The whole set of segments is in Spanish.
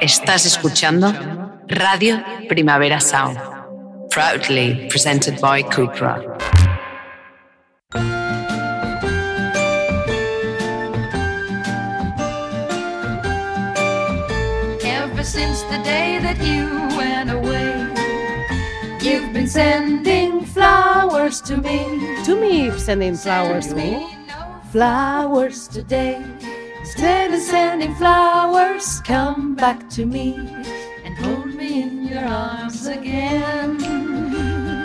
Estás escuchando Radio Primavera Sound, proudly presented by Cupra. Ever since the day that you went away, you've been sending flowers to me. To me, sending flowers, me. Sending no Flowers today. Instead of sending flowers, come back to me and hold me in your arms again.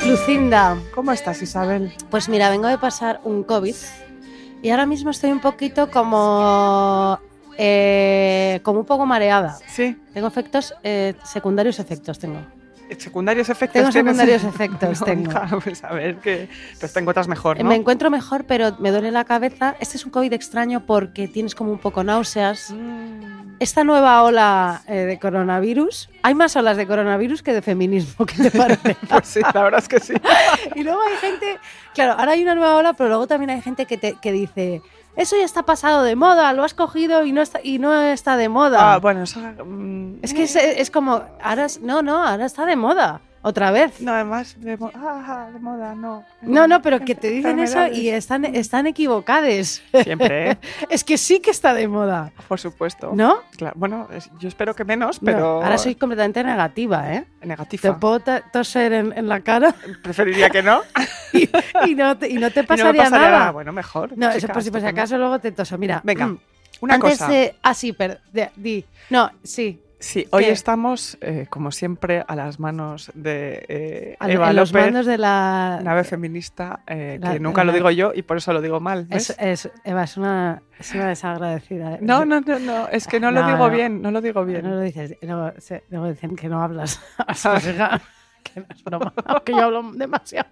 Lucinda, ¿Cómo estás, Isabel? pues mira, vengo de pasar un COVID y ahora mismo estoy un poquito como. eh, como un poco mareada. Sí, Tengo efectos, eh, secundarios efectos tengo. secundarios efectos. Tengo tienes? secundarios efectos, No, tengo. hija, pues a ver, que pues te encuentras mejor, Eh, ¿no? Me encuentro mejor, pero me duele la cabeza. Este es un COVID extraño porque tienes como un poco náuseas. Mm. Esta nueva ola eh, de coronavirus, hay más olas de coronavirus que de feminismo, ¿qué te parece? Pues sí, la verdad es que sí. Y luego hay gente, claro, ahora hay una nueva ola, pero luego también hay gente que, te- que dice, eso ya está pasado de moda, lo has cogido y no está, y no está de moda. Ah, bueno, eso, mm, es que es, es como, ahora es- no, no, ahora está de moda, otra vez. No, además, de, mo- ah, de moda, no. No, no, pero que te dicen eso y Enfermedades. están, están equivocades. Siempre, ¿eh? Es que sí que está de moda, por supuesto. ¿no? Claro, bueno, es- yo espero que menos, No, pero Ahora soy completamente negativa, ¿eh? Te negativa. puedo ta- toser en, en la cara Preferiría que no. y, y no te, y no te Y no me pasaría nada. Bueno, mejor. No, eso chica, por si, por si estupendo. acaso luego te toso. Mira, Venga, mm, Una Antes cosa. de. Ah, sí, per- de- di. No, sí. Sí, hoy ¿Qué? estamos, eh, como siempre, a las manos de eh, A, Eva a los López, mandos de la. nave feminista, eh, La- que nunca lo la- eh, digo yo y por eso lo digo mal. ¿ves? Es, es- Eva, es una, es una desagradecida. eh. No, no, no, no, es que no, lo No, digo no. bien, no lo digo bien. No lo dices. Luego, se- luego dicen que no hablas. Pues, hija, que no es broma. Que yo hablo demasiado.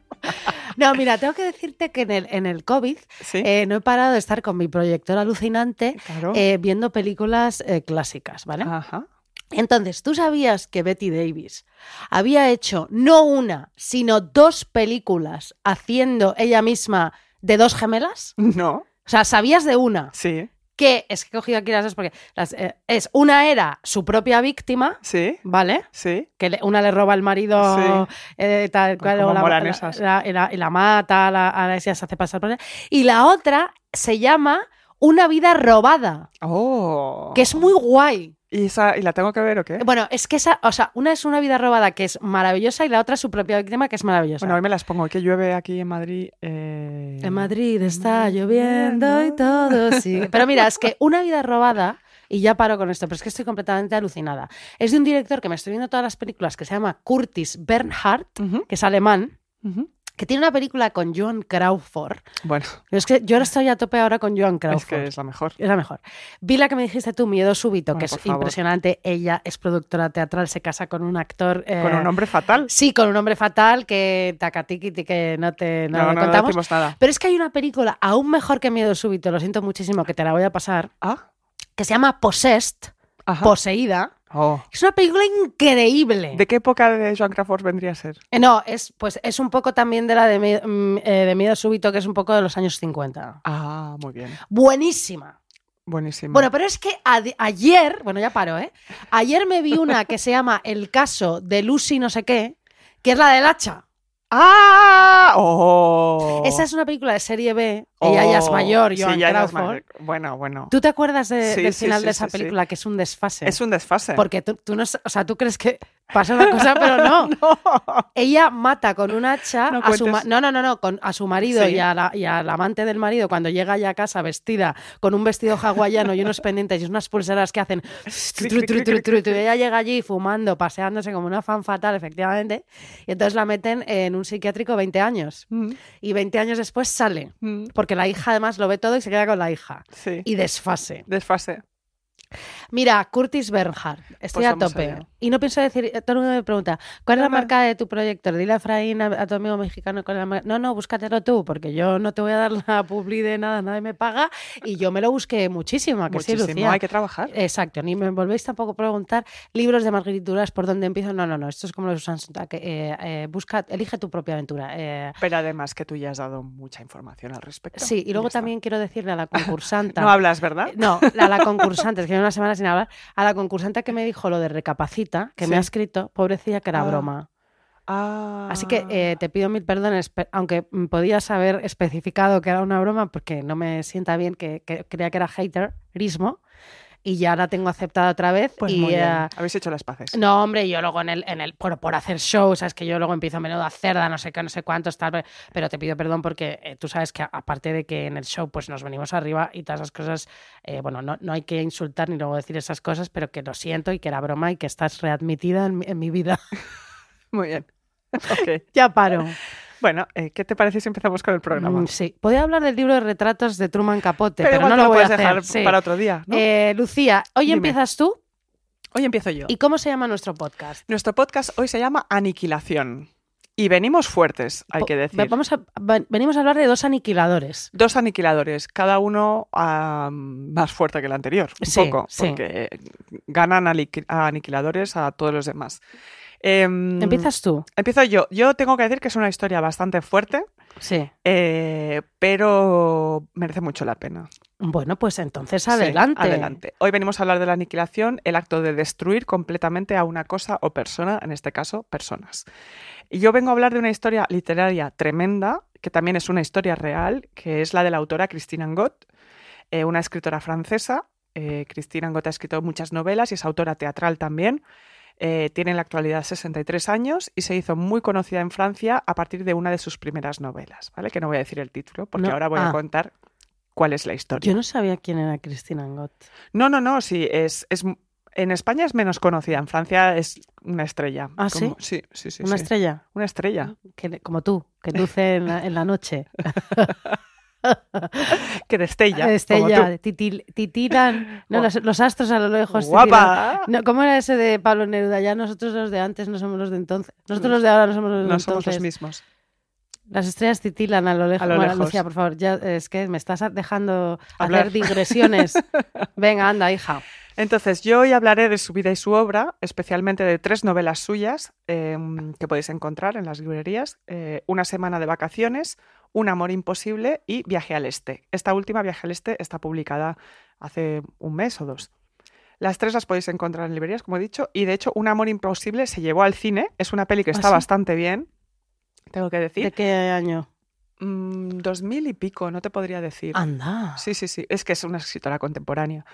No, mira, tengo que decirte que en el, en el COVID Sí, eh, no he parado de estar con mi proyector alucinante claro. eh, viendo películas eh, clásicas, ¿vale? Ajá. Entonces, ¿tú sabías que Betty Davis había hecho no una, sino dos películas haciendo ella misma de dos gemelas? No, O sea, ¿sabías de una? sí, Que es que he cogido aquí las dos porque las, eh, es una era su propia víctima, sí, ¿vale? sí. Que le- una le roba al marido eh, tal cual, Cómo o la, molan la- esas. la- y la- y la mata, la, a la- se hace pasar por ella. Y la otra se llama Una vida robada, Oh. que es muy guay. ¿Y, esa, ¿Y la tengo que ver o qué? Bueno, es que esa, o sea, una es una vida robada que es maravillosa y la otra es su propia víctima que es maravillosa. Bueno, hoy me las pongo, que llueve aquí en Madrid. eh, en Madrid está lloviendo y todo sigue. Pero mira, es que una vida robada, y ya paro con esto, pero es que estoy completamente alucinada. Es de un director que me estoy viendo todas las películas que se llama Curtis Bernhardt, Ujú, que es alemán, ujú. que tiene una película con Joan Crawford. Bueno, Pero es que yo ahora estoy a tope ahora con Joan es Crawford. que es la mejor. Es la mejor. Vi la que me dijiste tú, Miedo Súbito, Bueno, que por es favor. impresionante. Ella es productora teatral, se casa con un actor. eh, Con un hombre fatal. Sí, con un hombre fatal que tacatiquiti que no te no, No, lo no, no contamos. decimos nada. pero es que hay una película aún mejor que Miedo Súbito, lo siento muchísimo que te la voy a pasar, Ah, que se llama Possessed, ajá. Poseída. Oh. Es una película increíble. ¿De qué época de Joan Crawford vendría a ser? Eh, No, es, pues, es un poco también de la de, mi- mm, eh, de Miedo Súbito, que es un poco de los años 50. Ah, muy bien. Buenísima. Buenísimo. Bueno, pero es que a- ayer, bueno, ya paro, ¿eh? Ayer me vi una que se llama El caso de Lucy no sé qué, que es la del hacha. ¡Ah! ¡Oh! Esa es una película de serie B, ella ya es Oh. mayor, Sí, Joan ya ella es Crawford. mayor. Bueno, bueno. ¿Tú te acuerdas de- Sí, del sí, final sí, de esa sí, sí. película, que es un desfase? Es un desfase. Porque tú, tú no, s- o sea, tú crees que pasa una cosa, pero no. No. Ella mata con un hacha No a su ma- cuentes. no, no, no, no, con a su marido Sí. y, a la- y al amante del marido cuando llega ya a casa vestida con un vestido hawaiano y unos pendientes y unas pulseras que hacen tru, tru, tru, tru, tru, tru, y ella llega allí fumando, paseándose como una fan fatal, efectivamente, y entonces la meten en un psiquiátrico 20 años Mm, y 20 años después sale, mm, porque la hija además lo ve todo y se queda con la hija. Sí. Y desfase. Desfase. Mira, Curtis Bernhardt, estoy Pues a vamos tope. allá. Y no pienso decir, todo el mundo me pregunta, ¿cuál es la No, no. marca de tu proyector? Dile a Efraín, a, a tu amigo mexicano, ¿cuál es la marca? No, no, búscatelo tú, porque yo no te voy a dar la publi de nada, nadie me paga. Y yo me lo busqué muchísimo, ¿a que sí, Muchísimo. Lucía. Eh, Hay que trabajar. Exacto, ni me volvéis tampoco a preguntar libros de margarituras por dónde empiezo. No, no, no, esto es como los Susan que eh, eh, busca, elige tu propia aventura. eh. Pero además que tú ya has dado mucha información al respecto. sí, y luego eh, Ya está. también quiero decirle a la concursanta. No hablas, ¿verdad? No, a la concursante, es que en unas semanas sin hablar, a la concursante que me dijo lo de recapacita, que me Sí. ha escrito, pobrecilla, que era Ah. broma. Ah. Así que eh, te pido mil perdones, pe- aunque mm, podías haber especificado que era una broma, porque no me sienta bien que, que creía que era haterismo, y ya la tengo aceptada otra vez. Pues y, muy bien. eh, Habéis hecho las paces. no, hombre, yo luego en el, en el por, por hacer shows, sabes que yo luego empiezo a menudo a cerda, no sé qué, no sé cuántos, tal, pe- pero te pido perdón porque eh, tú sabes que a- aparte de que en el show pues nos venimos arriba y todas esas cosas, eh, bueno, no, no hay que insultar ni luego decir esas cosas, pero que lo siento y que era broma y que estás readmitida en mi, en mi vida. Muy bien. Ok. ya paro. Bueno, eh, ¿qué te parece si empezamos con el programa? Mm, sí, podía hablar del libro de retratos de Truman Capote, pero, igual no te lo voy a puedes hacer. dejar sí. para otro día, ¿no? Eh, Lucía, hoy Dime. empiezas tú. Hoy empiezo yo. ¿Y cómo se llama nuestro podcast? Nuestro podcast hoy se llama Aniquilación. Y venimos fuertes, hay Po- que decir. ve- Vamos a, va- venimos a hablar de dos aniquiladores. Dos aniquiladores, cada uno ah, más fuerte que el anterior, un Sí, poco, sí. porque ganan aliqui- a aniquiladores a todos los demás. Em, Empiezas tú. Empiezo yo. Yo tengo que decir que es una historia bastante fuerte, Sí. eh, pero merece mucho la pena. Bueno, pues entonces Sí, adelante. adelante. Hoy venimos a hablar de la aniquilación, el acto de destruir completamente a una cosa o persona, en este caso, personas. Y yo vengo a hablar de una historia literaria tremenda, que también es una historia real, que es la de la autora Christine Angot, eh, una escritora francesa. Eh, Christine Angot ha escrito muchas novelas y es autora teatral también. Eh, tiene en la actualidad 63 años y se hizo muy conocida en Francia a partir de una de sus primeras novelas, ¿vale? Que no voy a decir el título porque No, ahora voy ah. a contar cuál es la historia. Yo no sabía quién era Cristina Angot. No, no, no, sí, es, es m- en España es menos conocida, en Francia es una estrella. ¿Ah, sí? Como- Sí, sí, sí. Una sí. estrella, Una estrella. que, le- como tú, que luce en la, en la noche. Ah. Que destella. como Estrella, titil- titilan. No, Guau. los, los astros a lo tú. lejos. titilan. Guapa. No, ¿Cómo era ese de Pablo Neruda? Ya nosotros los de antes no somos los de entonces. Nosotros los de ahora no somos los de No somos entonces. los mismos. Las estrellas titilan a lo lejos. A lo Bueno, lejos. Lucía, por favor, ya es que me estás dejando Hablar. hacer digresiones. Venga, anda, hija. Entonces, yo hoy hablaré de su vida y su obra, especialmente de tres novelas suyas eh, que podéis encontrar en las librerías: eh, Una semana de vacaciones, Un amor imposible y Viaje al Este. Esta última, Viaje al Este, está publicada hace un mes o dos. Las tres las podéis encontrar en librerías, como he dicho, y de hecho, Un amor imposible se llevó al cine. Es una peli que ¿Ah, está sí? bastante bien, tengo que ¿De decir. qué año? Mm, Dos mil y pico, no te podría decir. Anda. Sí, sí, sí. Es que es una escritora contemporánea.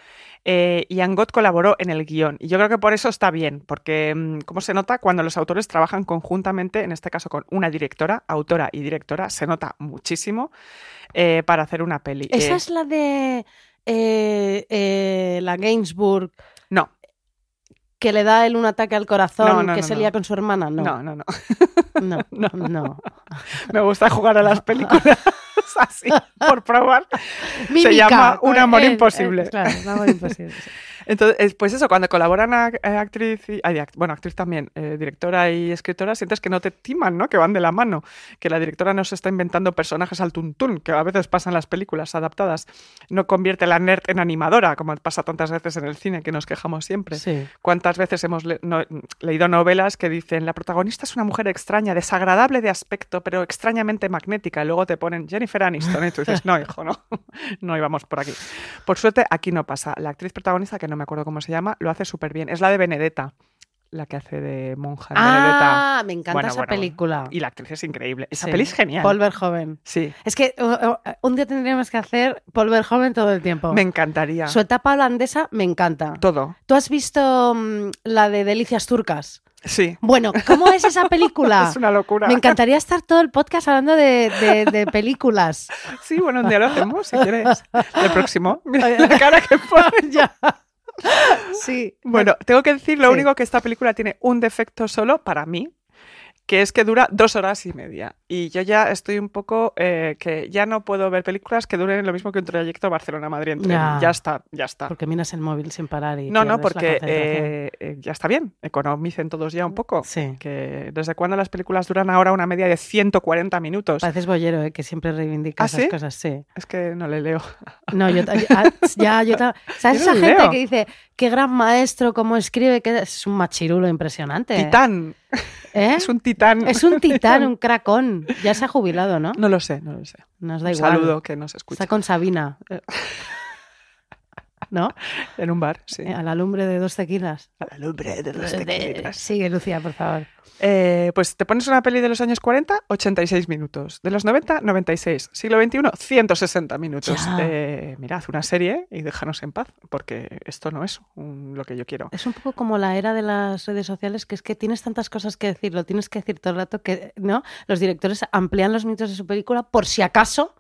Eh, y Angot colaboró en el guión. Y yo creo que por eso está bien, porque mm, como se nota, cuando los autores trabajan conjuntamente, en este caso con una directora, autora y directora, se nota muchísimo eh, para hacer una peli. Esa Eh, es la de eh, eh, la Gainsbourg, No, que le da él un ataque al corazón, No, no, que no, se no. lía con su hermana. No, no, no, no, no, no. no. Me gusta jugar a las películas así, por probar. Mímica, llama Un eh, amor eh, imposible. eh, claro, un amor imposible. sí. Entonces, eh, pues eso, cuando colaboran a- a actriz, y, ay, act- bueno, actriz también, eh, directora y escritora, sientes que no te timan, ¿no? Que van de la mano, que la directora no se está inventando personajes al tuntún, que a veces pasan las películas adaptadas. No convierte la nerd en animadora, como pasa tantas veces en el cine, que nos quejamos siempre. Sí. ¿Cuántas veces hemos le- no- leído novelas que dicen la protagonista es una mujer extraña, desagradable de aspecto, pero extrañamente magnética? Y luego te ponen Jennifer Aniston y tú dices, no, hijo, no, no íbamos por aquí. Por suerte, aquí no pasa. La actriz protagonista, que no me acuerdo cómo se llama, lo hace súper bien. Es la de Benedetta, la que hace de monja en Benedetta. Ah, me encanta Bueno, esa bueno, bueno. película. Y la actriz es increíble. Esa Sí. peli es genial. Paul Verhoeven. Sí, Es que uh, uh, un día tendríamos que hacer Paul Verhoeven todo el tiempo. me encantaría. Su etapa holandesa me encanta. Todo. ¿Tú has visto mm, la de Delicias Turcas? Sí. Bueno, ¿cómo es esa película? Es una locura. Ah. Me encantaría estar todo el podcast hablando de, de- de películas. Sí, bueno, un día lo hacemos, si quieres. El próximo. Mira la cara que pone. Ya. Sí. Bueno, tengo que decir lo Sí. único que esta película tiene un defecto solo para mí, que es que dura dos horas y media. Y yo ya estoy un poco eh, que ya no puedo ver películas que duren lo mismo que un trayecto Barcelona-Madrid. en tren. Ya. Ya. está, ya está. Porque miras el móvil sin parar y no, pierdes no, la porque concentración. Mm, eh, eh, ya está bien. Economicen todos ya un poco. Sí. Que desde cuándo las películas duran ahora una media de 140 minutos. Pareces bollero, ¿eh? que siempre reivindica ¿Ah, esas sí? cosas, sí. Es que no le leo. No, yo ta- ah, ya, yo ta- ¿Sabes Yo esa no gente leo. que dice qué gran maestro, cómo escribe? Que es un machirulo impresionante. Titán. ¿Eh? Es un titán. Es un titán, un cracón. Ya se ha jubilado, ¿no? No lo sé, no lo sé. Nos da Un igual. saludo que nos escucha. Está con Sabina. ¿no? En un bar, sí. Eh, A la lumbre de dos tequilas. A la lumbre de los De- tequilitas. Sigue, Lucía, por favor. Eh, pues te pones una peli de los años 40, 86 minutos. De los 90, 96. Siglo XXI, 160 minutos. Ya. Eh, mirad, una serie y déjanos en paz, porque esto no es un- lo que yo quiero. Es un poco como la era de las redes sociales, que es que tienes tantas cosas que decir, lo tienes que decir todo el rato, que ¿no? los directores amplían los minutos de su película por si acaso,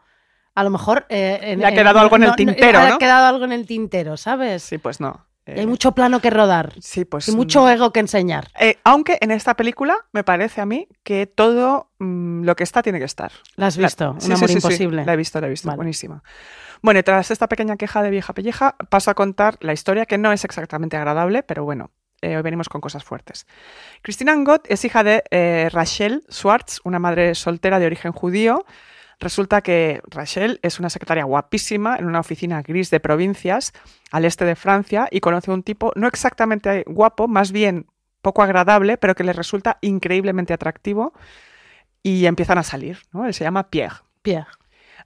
a lo mejor... eh, en- Le ha quedado algo en el tintero, Ha ¿no? quedado algo en el tintero, ¿sabes? Sí, pues no. Y Eh, hay mucho plano que rodar Sí, pues. y mucho no. ego que enseñar. Eh, aunque en esta película me parece a mí que todo mm, lo que está tiene que estar. ¿La has La- visto? sí, Un sí, amor sí, sí. imposible. La he visto, la he visto. Vale. Buenísima. Bueno, y tras esta pequeña queja de vieja pelleja, paso a contar la historia que no es exactamente agradable, pero bueno, eh, hoy venimos con cosas fuertes. Cristina Angot es hija de eh, Rachel Schwartz, una madre soltera de origen judío. Resulta que Rachel es una secretaria guapísima en una oficina gris de provincias al este de Francia y conoce a un tipo no exactamente guapo, más bien poco agradable, pero que le resulta increíblemente atractivo y empiezan a salir. ¿no? Él se llama Pierre. Pierre.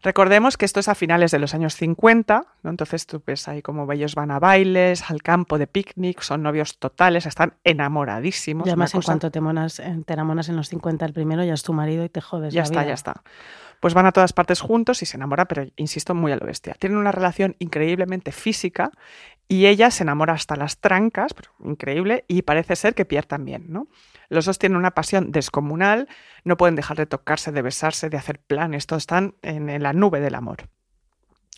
Recordemos que esto es a finales de los años 50, ¿no? entonces tú ves ahí como ellos van a bailes, al campo de picnic, son novios totales, están enamoradísimos. Y una además, en cosa- cuanto te, monas, en- te enamoras en los 50 el primero, ya es tu marido y te jodes Ya la está, vida. ya está. Pues van a todas partes juntos y se enamoran, pero insisto, muy a lo bestia. Tienen una relación increíblemente física y ella se enamora hasta las trancas, pero increíble, y parece ser que Pierre también, ¿no? Los dos tienen una pasión descomunal, no pueden dejar de tocarse, de besarse, de hacer planes, todos están en, en la nube del amor.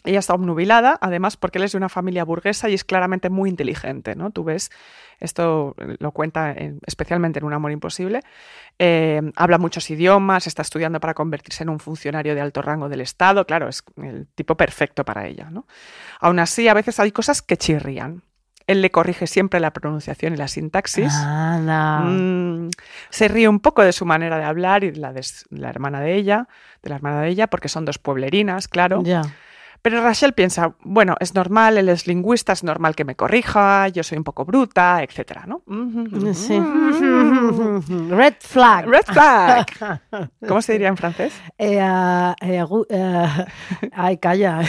Ella está obnubilada, además, porque él es de una familia burguesa y es claramente muy inteligente, ¿no? Tú ves, esto eh, lo cuenta en- especialmente en Un amor imposible, eh, habla muchos idiomas, está estudiando para convertirse en un funcionario de alto rango del Estado. Claro, es el tipo perfecto para ella. ¿no? Aún así, a veces hay cosas que chirrían. Él le corrige siempre la pronunciación y la sintaxis. Ah. Anda. Mm, se ríe un poco de su manera de hablar y de la de s- la hermana de ella, de la hermana de ella, porque son dos pueblerinas, claro. Ya. Pero Rachel piensa, bueno, es normal, él es lingüista, es normal que me corrija, yo soy un poco bruta, etcétera, ¿no? Mm. Sí. Red flag. Red flag. ¿Cómo se diría en francés? Eh, ah, eh, agu- eh, ay, calla.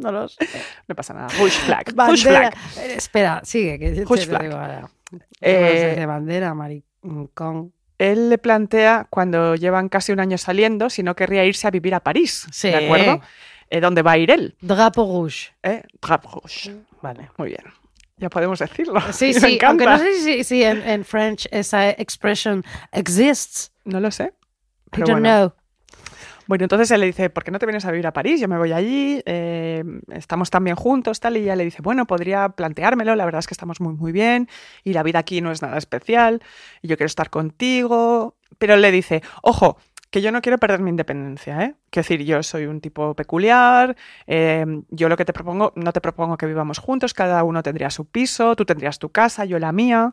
no lo sé. No pasa nada. Push flag. Push Bandera. flag. Eh, espera, sigue. Que yo te Hush lo flag. digo ahora. Eh, de bandera, maricón. Él le plantea cuando llevan casi un año saliendo si no querría irse a vivir a París. Sí. ¿De acuerdo? Eh, ¿Dónde va a ir él? Drapeau rouge. ¿Eh? Drape Rouge. Vale. Muy bien. Ya podemos decirlo. Sí, Me sí, aunque encanta. no sé si, si en, en French esa expression exists. No lo sé. I Pero don't bueno. know. Bueno, entonces él le dice, ¿por qué no te vienes a vivir a París? Yo me voy allí, eh, estamos tan bien juntos, tal, y ella le dice, bueno, podría planteármelo, la verdad es que estamos muy, muy bien, y la vida aquí no es nada especial, y yo quiero estar contigo, pero él le dice, ojo, que yo no quiero perder mi independencia, ¿eh? Quiero decir, yo soy un tipo peculiar, eh, yo lo que te propongo, no te propongo que vivamos juntos, cada uno tendría su piso, tú tendrías tu casa, yo la mía,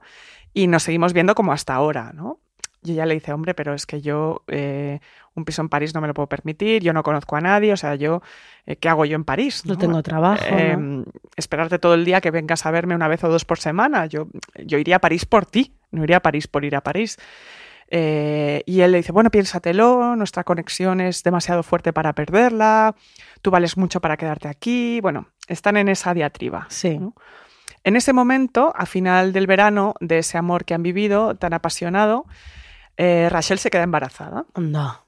y nos seguimos viendo como hasta ahora, ¿no? Y ella le dice, hombre, pero es que yo... eh, un piso en París no me lo puedo permitir, yo no conozco a nadie, o sea, yo, eh, ¿qué hago yo en París? No tengo trabajo. Eh, ¿no? Esperarte todo el día que vengas a verme una vez o dos por semana, yo, yo iría a París por ti, no iría a París por ir a París. Eh, y él le dice, bueno, piénsatelo, nuestra conexión es demasiado fuerte para perderla, tú vales mucho para quedarte aquí, bueno, están en esa diatriba. Sí. ¿no? En ese momento, a final del verano, de ese amor que han vivido tan apasionado, eh, Rachel se queda embarazada No.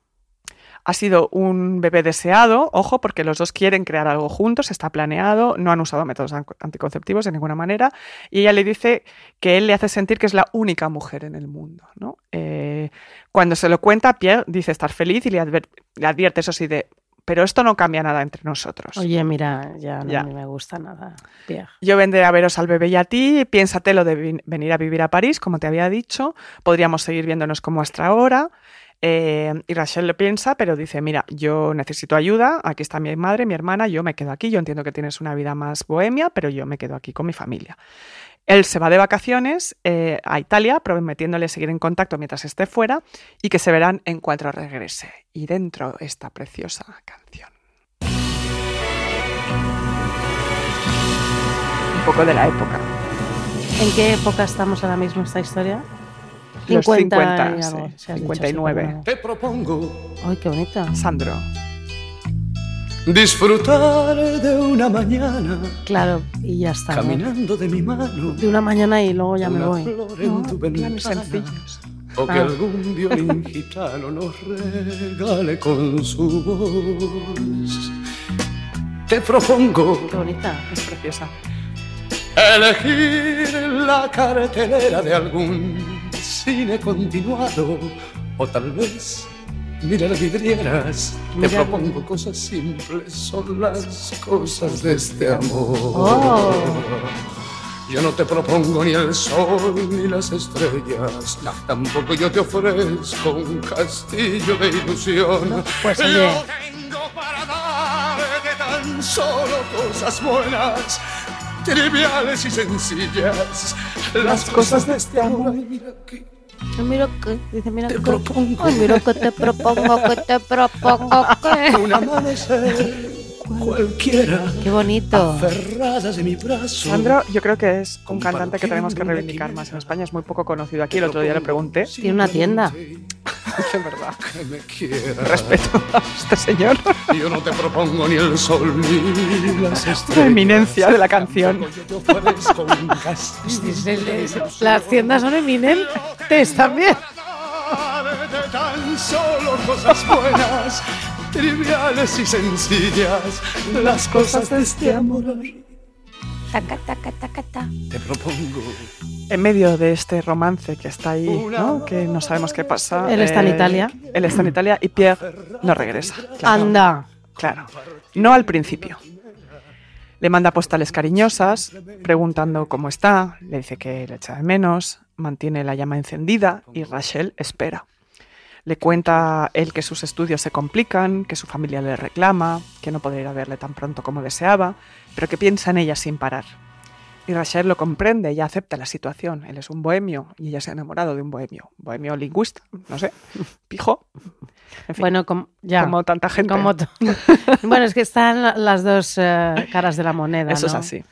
ha sido un bebé deseado, ojo, porque los dos quieren crear algo juntos, está planeado, no han usado métodos an- anticonceptivos de ninguna manera, y ella le dice que él le hace sentir que es la única mujer en el mundo. ¿no? Eh, cuando se lo cuenta, Pierre dice estar feliz y le, adver- le advierte eso sí de, pero esto no cambia nada entre nosotros. Oye, mira, ya no Pues Ya. ni me gusta nada. Pierre. Yo vendré a veros al bebé y a ti, piénsate lo de vin- venir a vivir a París, como te había dicho, podríamos seguir viéndonos como hasta ahora. Eh, y Rachel lo piensa, pero dice, mira, yo necesito ayuda, aquí está mi madre, mi hermana, yo me quedo aquí, yo entiendo que tienes una vida más bohemia, pero yo me quedo aquí con mi familia. Él se va de vacaciones eh, a Italia, prometiéndole seguir en contacto mientras esté fuera y que se verán en cuanto regrese. Y dentro esta preciosa canción. Un poco de la época. ¿En qué época estamos ahora mismo esta historia? Los 50 y 50, algo, sí, se has dicho, sí, 59. perdona. Te propongo Ay, qué bonita. Sandro. Disfrutar de una mañana Claro, y ya está. ¿no? caminando de mi mano. De una mañana y luego ya me una voy. flor en tu planes ventana, sencillos. O que Ah. algún violín gitano nos regale con su voz. Te propongo Qué bonita. Es preciosa. elegir la cartelera de algún cine continuado o tal vez mirar vidrieras. Te Mirar- propongo cosas simples, son las cosas de este amor. Oh. Yo no te propongo ni el sol ni las estrellas, tampoco yo te ofrezco un castillo de ilusión. pues, Yo oye. tengo para darte tan solo cosas buenas, triviales y sencillas, las cosas de este amor. Ay, mira que Ay, Mira que, dice, mira Te que- propongo. Ay, mira que te propongo, que te propongo, que. un amanecer cualquiera, Qué bonito. ferradas de mi brazo. Sandro, yo creo que es un Con cantante que tenemos que Valkyria reivindicar más en Quimera. España. Es muy poco conocido aquí. El otro día le pregunté. Tiene una tienda. De verdad. Que me quiera. Respeto a este señor. Yo no te propongo ni el sol ni las estrellas. La eminencia de la canción. Tampoco yo te ofrezco un castillo de Las tiendas son eminentes también. darte tan solo cosas buenas, triviales y sencillas, las cosas de este amor. Te propongo. En medio de este romance que está ahí, ¿no? Una- que no sabemos qué pasa. eh, Él está en Italia. Él está en Italia y Pierre Ah, no regresa. Claro, Anda. Claro. No al principio. Le manda postales cariñosas, preguntando cómo está, le dice que le echa de menos, mantiene la llama encendida y Rachel espera. Le cuenta él que sus estudios se complican, que su familia le reclama, que no podrá ir a verle tan pronto como deseaba, pero que piensa en ella sin parar. Y Rachel lo comprende y acepta la situación. Él es un bohemio y ella se ha enamorado de un bohemio. Bohemio lingüista, no sé, pijo. En fin, Bueno, com- ya. como tanta gente. Como to- bueno, es que están la- las dos eh, caras de la moneda. Eso es ¿no? así.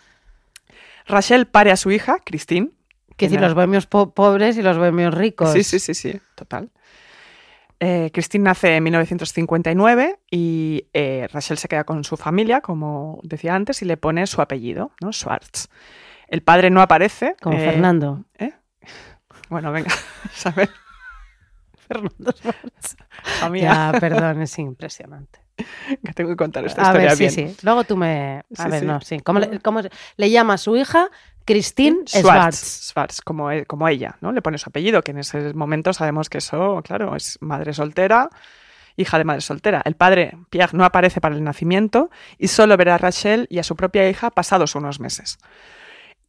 Rachel pare a su hija, Christine. Que si Tiene- los bohemios po- pobres y los bohemios ricos. Sí, sí, sí, sí, total. Eh, Christine nace en 1959 y eh, Rachel se queda con su familia, como decía antes, y le pone su apellido, ¿no? Schwartz. El padre no aparece. Como eh, Fernando. ¿eh? Bueno, venga, a ver. Fernando Schwartz. A mí, Ya, perdón, es impresionante. que tengo que contar esta A historia ver, sí, bien. sí. Luego tú me. A Sí, ver, sí. no, sí. ¿Cómo le, cómo se- le llama a su hija? Christine Schwartz. Schwartz, Schwartz, como, e- como ella, ¿no? Le pone su apellido, que en ese momento sabemos que eso, claro, es madre soltera, hija de madre soltera. El padre, Pierre, no aparece para el nacimiento y solo verá a Rachel y a su propia hija pasados unos meses.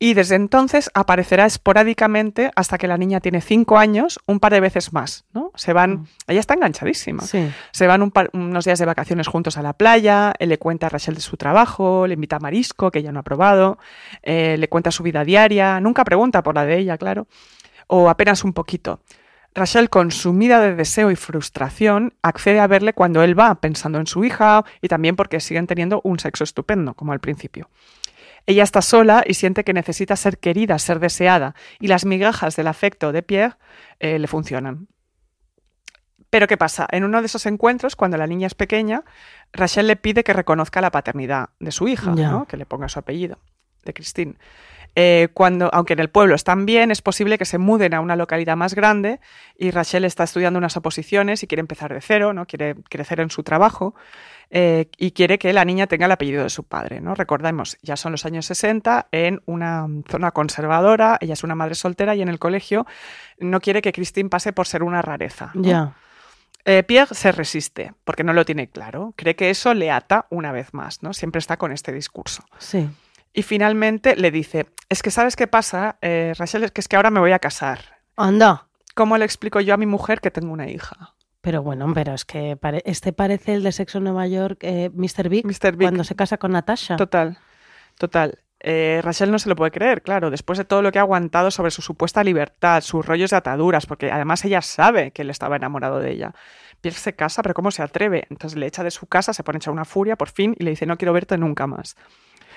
Y desde entonces aparecerá esporádicamente hasta que la niña tiene cinco años, un par de veces más, ¿no? Se van, ella está enganchadísima. Sí. Se van un par- unos días de vacaciones juntos a la playa, él le cuenta a Rachel de su trabajo, le invita a marisco, que ella no ha probado, eh, le cuenta su vida diaria, nunca pregunta por la de ella, claro, o apenas un poquito. Rachel, consumida de deseo y frustración, accede a verle cuando él va, pensando en su hija y también porque siguen teniendo un sexo estupendo, como al principio. Ella está sola y siente que necesita ser querida, ser deseada, y las migajas del afecto de Pierre eh, le funcionan. Pero ¿qué pasa? En uno de esos encuentros, cuando la niña es pequeña, Rachel le pide que reconozca la paternidad de su hija, Ya. ¿no? que le ponga su apellido, de Christine. Eh, cuando, aunque en el pueblo están bien, es posible que se muden a una localidad más grande y Rachel está estudiando unas oposiciones y quiere empezar de cero, ¿no? quiere crecer en su trabajo eh, y quiere que la niña tenga el apellido de su padre. ¿no? Recordemos, ya son los años 60, en una zona conservadora, ella es una madre soltera y en el colegio no quiere que Christine pase por ser una rareza. ¿no? Ya. Eh, Pierre se resiste porque no lo tiene claro, cree que eso le ata una vez más, ¿no? siempre está con este discurso. Sí. Y finalmente le dice, es que sabes qué pasa, eh, Rachel, es que es que ahora me voy a casar. Anda. ¿Cómo le explico yo a mi mujer que tengo una hija? Pero bueno, pero es que pare- este parece el de Sexo en Nueva York, eh, Mr. Big, Mr. Big. cuando se casa con Natasha. Total, total. Eh, Rachel no se lo puede creer, claro, después de todo lo que ha aguantado sobre su supuesta libertad, sus rollos de ataduras, porque además ella sabe que él estaba enamorado de ella. Pierre se casa, pero ¿cómo se atreve? Entonces le echa de su casa, se pone hecha una furia por fin y le dice, no quiero verte nunca más.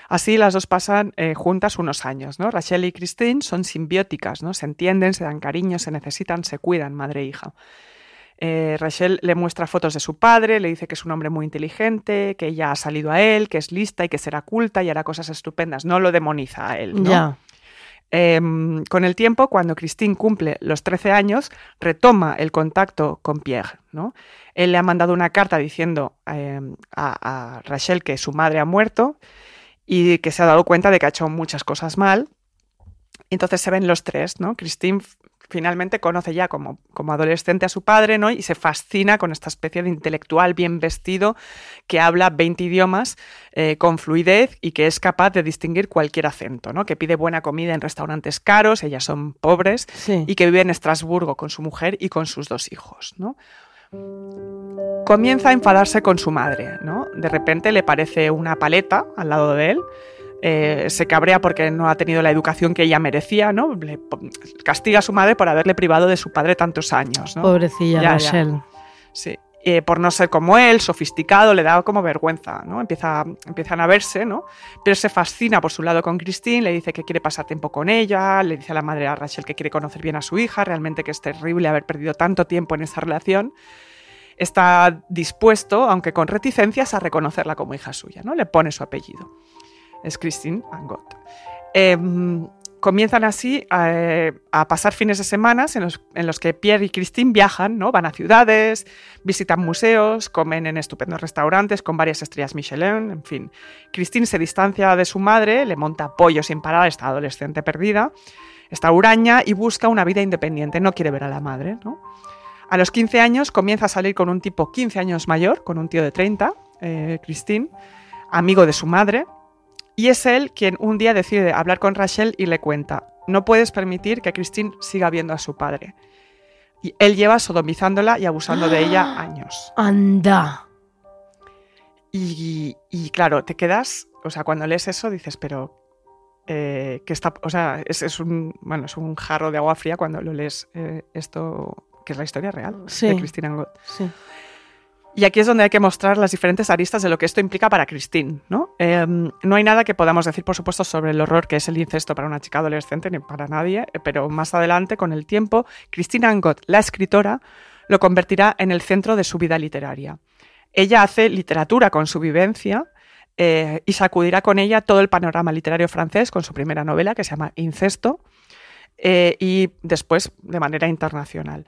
Así las dos pasan eh, juntas unos años, ¿no? Rachel y Christine son simbióticas, ¿no? Se entienden, se dan cariño, se necesitan, se cuidan, madre e hija. Eh, Rachel le muestra fotos de su padre, le dice que es un hombre muy inteligente, que ya ha salido a él, que es lista y que será culta y hará cosas estupendas. No lo demoniza a él, ¿no? Ya. Eh, con el tiempo, cuando Christine cumple los 13 años, retoma el contacto con Pierre. ¿no? Él le ha mandado una carta diciendo eh, a, a Rachel que su madre ha muerto y que se ha dado cuenta de que ha hecho muchas cosas mal. Entonces se ven los tres, ¿no? Christine f- finalmente conoce ya como, como adolescente a su padre, ¿no? Y se fascina con esta especie de intelectual bien vestido que habla 20 idiomas eh, con fluidez y que es capaz de distinguir cualquier acento, ¿no? Que pide buena comida en restaurantes caros, ellas son pobres, Sí. y que vive en Estrasburgo con su mujer y con sus dos hijos, ¿no? Comienza a enfadarse con su madre, ¿no? De repente le parece una paleta al lado de él. eh, se cabrea porque no ha tenido la educación que ella merecía, ¿no? Le po- castiga a su madre por haberle privado de su padre tantos años, ¿no? Pobrecilla Ya, ya. Rachel. Sí. Eh, por no ser como él, sofisticado, le da como vergüenza, ¿no? Empieza, empiezan a verse, ¿no? Pero se fascina por su lado con Christine, le dice que quiere pasar tiempo con ella, le dice a la madre a Rachel que quiere conocer bien a su hija, realmente que es terrible haber perdido tanto tiempo en esa relación. Está dispuesto, aunque con reticencias, a reconocerla como hija suya, ¿no? Le pone su apellido. Es Christine Angot. Em, comienzan así eh, a pasar fines de semana en los, en los que Pierre y Christine viajan, ¿no? Van a ciudades, visitan museos, comen en estupendos restaurantes con varias estrellas Michelin, en fin. Christine se distancia de su madre, le monta pollo sin parar, está adolescente perdida, está huraña y busca una vida independiente, no quiere ver a la madre, ¿no? A los 15 años comienza a salir con un tipo 15 años mayor, con un tío de 30, eh, Christine, amigo de su madre, y es él quien un día decide hablar con Rachel y le cuenta, no puedes permitir que Christine siga viendo a su padre. Y él lleva sodomizándola y abusando de ella años. Anda. Y, y claro, te quedas, o sea, cuando lees eso dices, pero eh, que está, o sea, es, es un, bueno, es un jarro de agua fría cuando lo lees eh, esto, que es la historia real Sí. de Christine Angot. Sí. Y aquí es donde hay que mostrar las diferentes aristas de lo que esto implica para Christine, ¿no? Eh, no hay nada que podamos decir, por supuesto, sobre el horror que es el incesto para una chica adolescente ni para nadie, eh, pero más adelante, con el tiempo, Christine Angot, la escritora, lo convertirá en el centro de su vida literaria. Ella hace literatura con su vivencia eh, y sacudirá con ella todo el panorama literario francés con su primera novela, que se llama Incesto, eh, y después de manera internacional.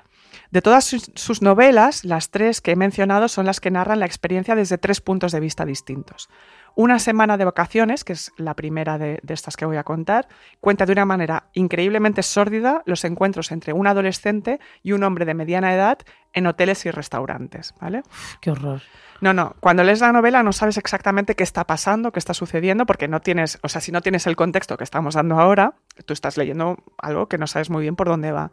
De todas sus, sus novelas, las tres que he mencionado son las que narran la experiencia desde tres puntos de vista distintos. Una semana de vacaciones, que es la primera de, de estas que voy a contar, cuenta de una manera increíblemente sórdida los encuentros entre un adolescente y un hombre de mediana edad en hoteles y restaurantes. ¿vale? Qué horror. No, no, cuando lees la novela no sabes exactamente qué está pasando, qué está sucediendo, porque no tienes, o sea, si no tienes el contexto que estamos dando ahora, tú estás leyendo algo que no sabes muy bien por dónde va.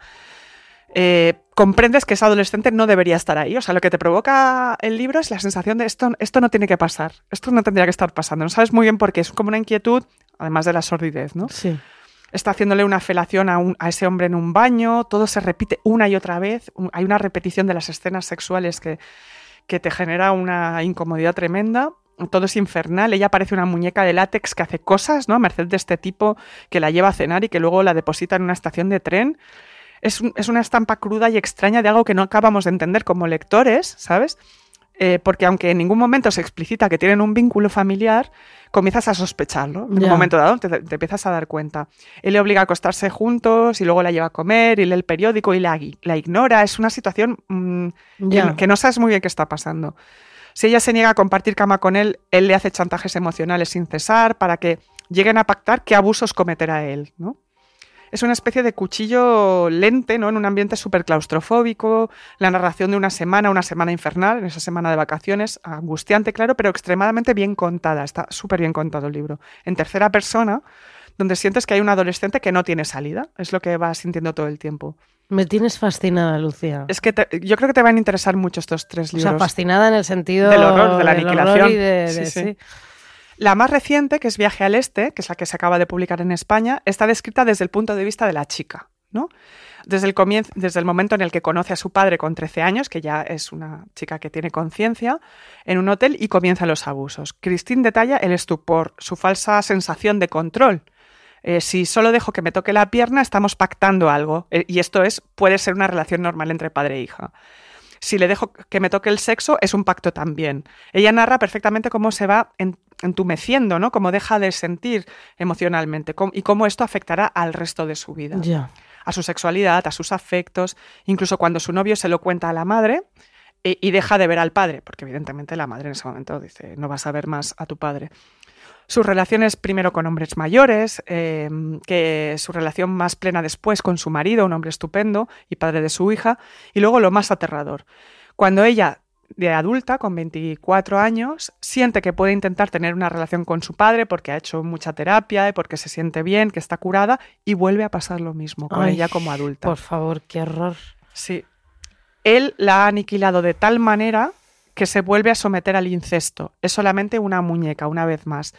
Eh, comprendes que ese adolescente no debería estar ahí, o sea, lo que te provoca el libro es la sensación de esto, esto no tiene que pasar, esto no tendría que estar pasando, no sabes muy bien por qué, es como una inquietud, además de la sordidez, ¿no? Sí. está haciéndole una felación a, un- a ese hombre en un baño, todo se repite una y otra vez, un- hay una repetición de las escenas sexuales que, que te genera una incomodidad tremenda. Todo es infernal, ella parece una muñeca de látex que hace cosas, ¿no? A merced de este tipo que la lleva a cenar y que luego la deposita en una estación de tren. Es, un- es una estampa cruda y extraña de algo que no acabamos de entender como lectores, ¿sabes? Eh, porque aunque en ningún momento se explicita que tienen un vínculo familiar, comienzas a sospecharlo. En Ya. un momento dado te, te empiezas a dar cuenta. Él le obliga a acostarse juntos y luego la lleva a comer y lee el periódico y la, gui- la ignora. Es una situación mm, que Ya. no- que no sabes muy bien qué está pasando. Si ella se niega a compartir cama con él, él le hace chantajes emocionales sin cesar para que lleguen a pactar qué abusos cometerá él, ¿no? Es una especie de cuchillo lente, ¿no? En un ambiente súper claustrofóbico, la narración de una semana, una semana infernal, en esa semana de vacaciones, angustiante, claro, pero extremadamente bien contada, está súper bien contado el libro. En tercera persona, donde sientes que hay un adolescente que no tiene salida, es lo que vas sintiendo todo el tiempo. Me tienes fascinada, Lucía. Es que te- yo creo que te van a interesar mucho estos tres o libros. sea, fascinada en el sentido Del horror, de la del horror aniquilación. y de- Sí, de- sí. sí. La más reciente, que es Viaje al Este, que es la que se acaba de publicar en España, está descrita desde el punto de vista de la chica, ¿no? Desde el, comienzo, desde el momento en el que conoce a su padre con 13 años, que ya es una chica que tiene conciencia, en un hotel y comienzan los abusos. Christine detalla el estupor, su falsa sensación de control. Eh, si solo dejo que me toque la pierna, estamos pactando algo. Eh, y esto es, puede ser una relación normal entre padre e hija. Si le dejo que me toque el sexo, es un pacto también. Ella narra perfectamente cómo se va en- entumeciendo, ¿no? Cómo deja de sentir emocionalmente cómo- y cómo esto afectará al resto de su vida Ya. a su sexualidad, a sus afectos, incluso cuando su novio se lo cuenta a la madre eh, y deja de ver al padre, porque evidentemente la madre en ese momento dice, no vas a ver más a tu padre. Sus relaciones primero con hombres mayores, eh, que su relación más plena después con su marido, un hombre estupendo y padre de su hija, y luego lo más aterrador, cuando ella de adulta, con 24 años, siente que puede intentar tener una relación con su padre porque ha hecho mucha terapia, y porque se siente bien, que está curada, y vuelve a pasar lo mismo con Ay, ella como adulta. Por favor, qué horror. Sí. Él la ha aniquilado de tal manera que se vuelve a someter al incesto. Es solamente una muñeca, una vez más.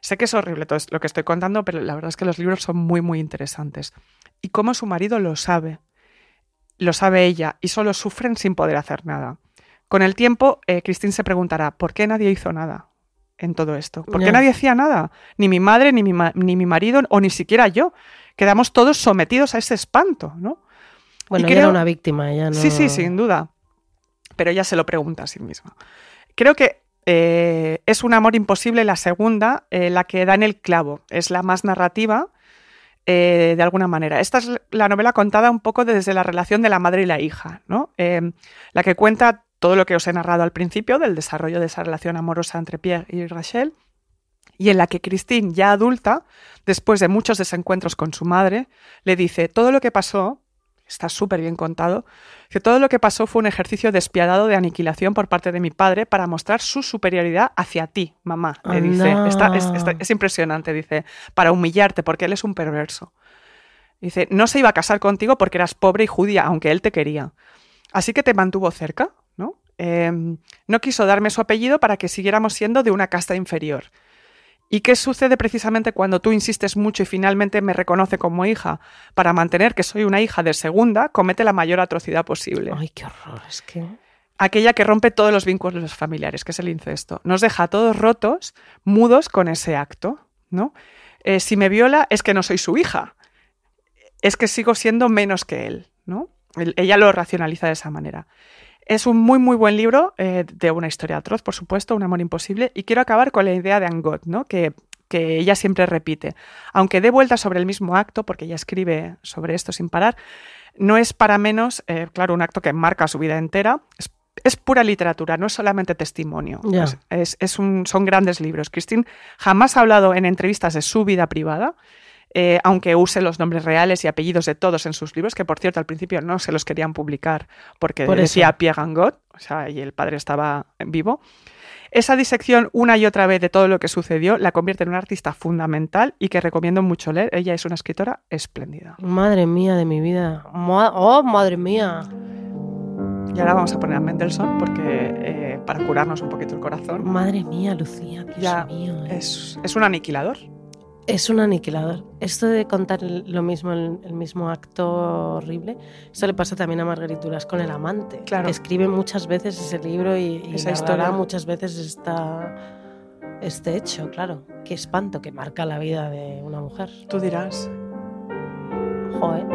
Sé que es horrible todo es- lo que estoy contando, pero la verdad es que los libros son muy, muy interesantes. Y cómo su marido lo sabe. Lo sabe ella y solo sufren sin poder hacer nada. Con el tiempo, eh, Christine se preguntará, ¿por qué nadie hizo nada en todo esto? ¿Por qué Ya. nadie hacía nada? Ni mi madre, ni mi, ma- ni mi marido, o ni siquiera yo. Quedamos todos sometidos a ese espanto, ¿no? Bueno, Y ella era creo- una víctima, ella no. Sí, sí, sin duda. Pero ella se lo pregunta a sí misma. Creo que eh, es un amor imposible la segunda, eh, la que da en el clavo. Es la más narrativa, eh, de alguna manera. Esta es la novela contada un poco desde la relación de la madre y la hija, ¿no? Eh, la que cuenta todo lo que os he narrado al principio del desarrollo de esa relación amorosa entre Pierre y Rachel, y en la que Christine, ya adulta, después de muchos desencuentros con su madre, le dice, todo lo que pasó, está súper bien contado, que todo lo que pasó fue un ejercicio despiadado de aniquilación por parte de mi padre para mostrar su superioridad hacia ti, mamá. Le dice, Está- es- está- Anda. es impresionante, dice, para humillarte porque él es un perverso. Dice, no se iba a casar contigo porque eras pobre y judía, aunque él te quería. Así que te mantuvo cerca, ¿no? Eh, no quiso darme su apellido para que siguiéramos siendo de una casta inferior. ¿Y qué sucede precisamente cuando tú insistes mucho y finalmente me reconoce como hija? Para mantener que soy una hija de segunda, comete la mayor atrocidad posible Ay, qué horror, es que. aquella que rompe todos los vínculos familiares, que es el incesto. Nos deja a todos rotos, mudos con ese acto, ¿no? Eh, si me viola es que no soy su hija, es que sigo siendo menos que él, ¿no? Él- ella lo racionaliza de esa manera. Es un muy, muy buen libro eh, de una historia atroz, por supuesto, un amor imposible. Y quiero acabar con la idea de Angot, ¿no? Que, que ella siempre repite. Aunque dé vueltas sobre el mismo acto, porque ella escribe sobre esto sin parar, no es para menos, eh, claro, un acto que marca su vida entera. Es, es pura literatura, no es solamente testimonio. Ya. Es- es- es un- son grandes libros. Christine jamás ha hablado en entrevistas de su vida privada, eh, aunque use los nombres reales y apellidos de todos en sus libros, que por cierto al principio no se los querían publicar porque Por decía eso. Pierre Gangot, o sea, y el padre estaba vivo. Esa disección una y otra vez de todo lo que sucedió la convierte en una artista fundamental y que recomiendo mucho leer. Ella es una escritora espléndida. Madre mía de mi vida. Mua- Oh, madre mía. Y ahora vamos a poner a Mendelssohn porque eh, para curarnos un poquito el corazón Madre mía, Lucía, Dios Ya, mío. ¿eh? Es... es, es un aniquilador. un aniquilador. Esto de contar el- lo mismo, el, el mismo acto horrible, esto le pasa también a Margarituras con el amante. Claro. que escribe muchas veces ese libro y, y Esa narrará historia. muchas veces está este hecho, claro. Qué espanto que marca la vida de una mujer. Tú dirás. Joder.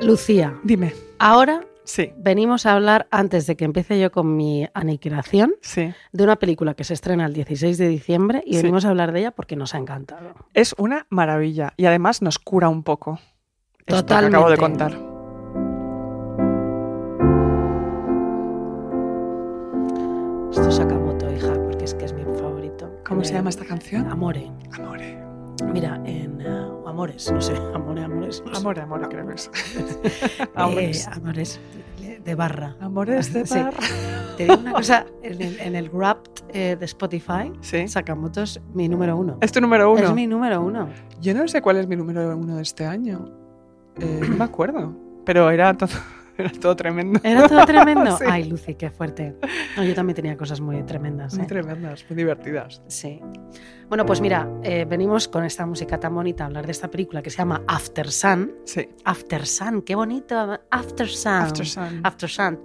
Lucía, Dime. ahora Sí, venimos a hablar, antes de que empiece yo con mi aniquilación, sí. de una película que se estrena el 16 de diciembre y Sí. venimos a hablar de ella porque nos ha encantado. Es una maravilla y además nos cura un poco. Esto que acabo Totalmente. de contar. Esto es Sakamoto, hija, porque es que es mi favorito. ¿Cómo se Eh, llama este? esta canción? Amore. Amore. Mira, en ah, o Amores, no sé, Amores, Amores. No sé. Amor, amor, creo que es. Eh, Amores. amores de barra. Amores de Sí. par. Te digo una cosa, en el, en el Wrapped eh, de Spotify, Sí. Sakamoto es mi número uno. Es tu número uno. Es mi número uno. Yo no sé cuál es mi número uno de este año. Eh, no me acuerdo. Pero era todo, era todo tremendo. Era todo tremendo. Sí. Ay, Lucy, qué fuerte. No, yo también tenía cosas muy tremendas. Muy ¿eh? tremendas, muy divertidas. Sí. Bueno, pues mira, eh, venimos con esta música tan bonita a hablar de esta película que se llama After Sun. Sí. After Sun, qué bonito. After Sun. After Sun. After Sun.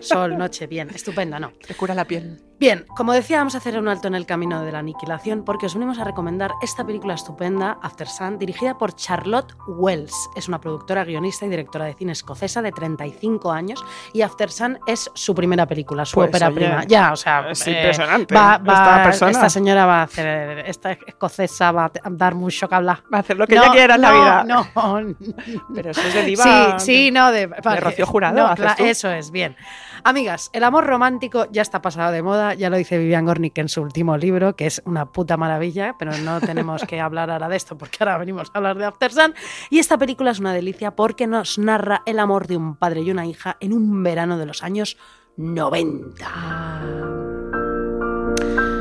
Sol, noche, bien, estupendo, ¿no? Te cura la piel. Bien, como decía, vamos a hacer un alto en el camino de la aniquilación porque os venimos a recomendar esta película estupenda, After Sun, dirigida por Charlotte Wells. Es una productora, guionista y directora de cine escocesa de 35 años y After Sun es su primera película, su Pues, ópera oye, prima. Ya, o sea, Ah, Es eh, impresionante. va- va- esta persona señora va a hacer, esta escocesa va a te- a dar mucho que hablar. va a hacer lo que ella quiera en no, la vida. No, no. Pero eso es de diva. Sí, sí, no, de, vale. Rocío Jurado, No, haces cla- tú. Eso es, bien. Amigas, el amor romántico ya está pasado de moda, ya lo dice Vivian Gornick en su último libro, que es una puta maravilla, pero no tenemos que hablar ahora de esto porque ahora venimos a hablar de After Sun. Y esta película es una delicia porque nos narra el amor de un padre y una hija en un verano de los años 90.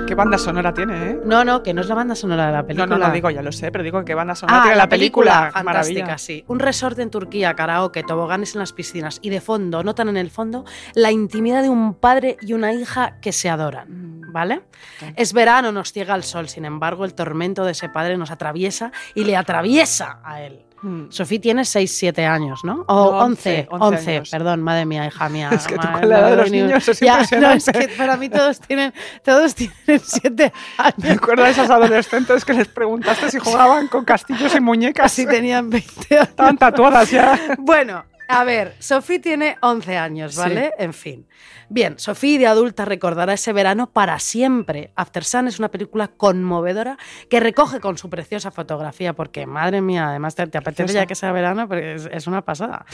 ¿Qué banda sonora tiene, eh? No, no, que no es la banda sonora de la película. No, no, no digo, ya lo sé, pero digo que banda sonora Ah, tiene la película. Fantástica, Maravilla. sí. Un resort en Turquía, karaoke, toboganes en las piscinas y de fondo, notan en el fondo, la intimidad de un padre y una hija que se adoran. Mm. ¿Vale? Claro. Es verano, nos ciega el sol, sin embargo, el tormento de ese padre nos atraviesa y le atraviesa a él. Mm. Sofía tiene 6, 7 años, ¿no? O No, 11, 11, 11, 11 años. perdón, madre mía, hija mía. Es que tú madre con la edad de mía, los ni- niños es Ya, no, es impresionante. que para mí todos tienen, todos tienen 7 Me años. acuerdo de esos adolescentes que les preguntaste si jugaban con castillos y muñecas. Casi tenían 20 años. Estaban tatuadas ya. Bueno, a ver, Sofía tiene 11 años, ¿vale? En fin. Bien, Sofía de adulta recordará ese verano para siempre. After Sun es una película conmovedora que recoge con su preciosa fotografía, porque madre mía, además te, te apetece Preciosa. ya que sea verano, porque es, es una pasada.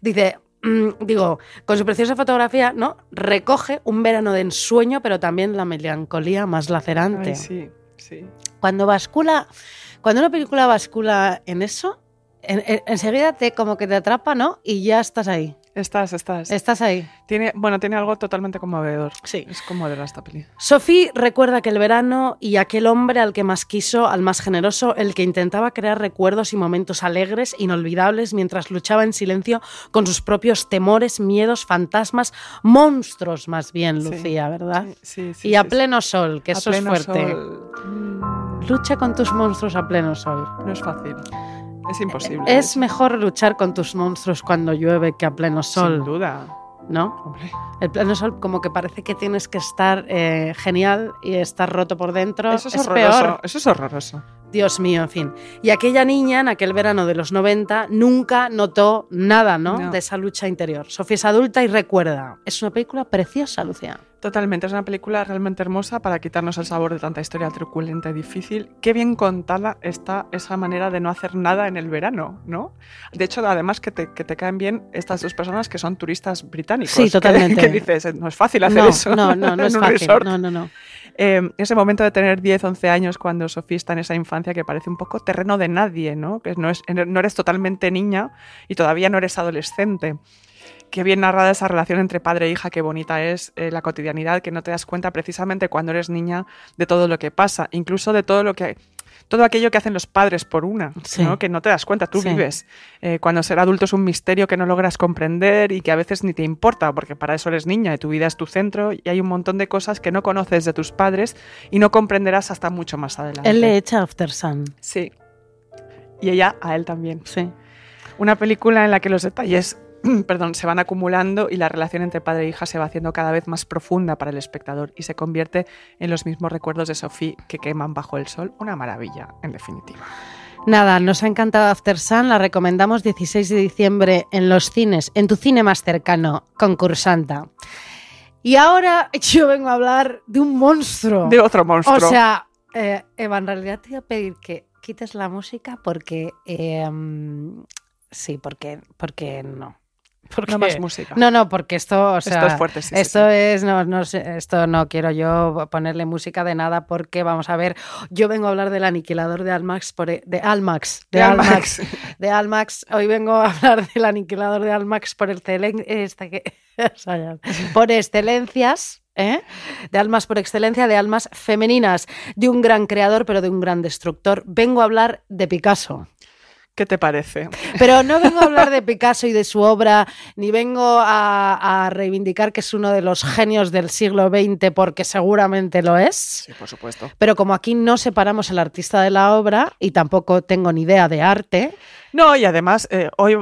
Dice. mm, Digo, con su preciosa fotografía, ¿no? Recoge un verano de ensueño, pero también la melancolía más lacerante. Ay, sí, sí. Cuando bascula, cuando una película bascula en eso, en- en- enseguida te como que te atrapa, ¿no? Y ya estás ahí. Estás, estás. Estás ahí. Tiene, bueno, tiene algo totalmente conmovedor. Sí. Es conmovedora esta peli. Sophie recuerda que el verano y aquel hombre al que más quiso, al más generoso, el que intentaba crear recuerdos y momentos alegres, inolvidables, mientras luchaba en silencio con sus propios temores, miedos, fantasmas, monstruos más bien, Sí. Lucía, ¿verdad? Sí, sí, y a sí, sí. pleno sol, que A eso pleno es fuerte. sol. Mm, Lucha con tus monstruos a pleno sol. No es fácil. Es imposible. Es mejor luchar con tus monstruos cuando llueve que a pleno Sin sol, duda. ¿no? Hombre. El pleno sol como que parece que tienes que estar eh, genial y estar roto por dentro. Eso es, es horroroso. peor. Eso es horroroso. Dios mío, en fin. Y aquella niña en aquel verano de los 90 nunca notó nada, ¿no? No. De esa lucha interior. Sofía es adulta y recuerda. Es una película preciosa, Lucía. Totalmente, es una película realmente hermosa para quitarnos el sabor de tanta historia truculenta y difícil. Qué bien contada está esa manera de no hacer nada en el verano, ¿no? De hecho, además que te, que te caen bien estas dos personas que son turistas británicos. Sí, que- totalmente. Que, dices, no es fácil hacer no, eso. no, no, no en es un fácil. resort. No, no, no. Eh, ese momento de tener 10, 11 años cuando Sofía está en esa infancia que parece un poco terreno de nadie, ¿no? Que no, es, no eres totalmente niña y todavía no eres adolescente. Qué bien narrada esa relación entre padre e hija, qué bonita es eh, la cotidianidad, que no te das cuenta precisamente cuando eres niña de todo lo que pasa, incluso de todo lo que todo aquello que hacen los padres por una, Sí. ¿no? que no te das cuenta, tú Sí. vives. Eh, cuando ser adulto es un misterio que no logras comprender y que a veces ni te importa, porque para eso eres niña y tu vida es tu centro y hay un montón de cosas que no conoces de tus padres y no comprenderás hasta mucho más adelante. Él le echa After Sun. Sí. Y ella a él también. Sí. Una película en la que los detalles perdón, se van acumulando y la relación entre padre e hija se va haciendo cada vez más profunda para el espectador y se convierte en los mismos recuerdos de Sophie que queman bajo el sol. Una maravilla, en definitiva. Nada, nos ha encantado After Sun, la recomendamos 16 de diciembre en los cines, en tu cine más cercano, concursanta. Y ahora yo vengo a hablar de un monstruo. De otro monstruo. Oh. O sea, eh, Eva, en realidad te voy a pedir que quites la música em, porque... eh, mm, sí, porque, porque no. Porque- No más música. No, no, porque esto, o Esto sea, es fuerte, sí, sí, esto es, no, no, sé, esto no quiero yo ponerle música de nada porque vamos a ver, yo vengo a hablar del aniquilador de Almax, por e- de Almax, de, De Almax. Almax. de Almax. Hoy vengo a hablar del aniquilador de Almax por este excelencia, por excelencias. ¿eh? De almas por excelencia, de almas femeninas, de un gran creador, pero de un gran destructor. Vengo a hablar de Picasso. ¿Qué te parece? Pero no vengo a hablar de Picasso y de su obra, ni vengo a, a reivindicar que es uno de los genios del siglo XX, porque seguramente lo es. Sí, por supuesto. Pero como aquí no separamos al artista de la obra y tampoco tengo ni idea de arte, No, y además, eh, hoy,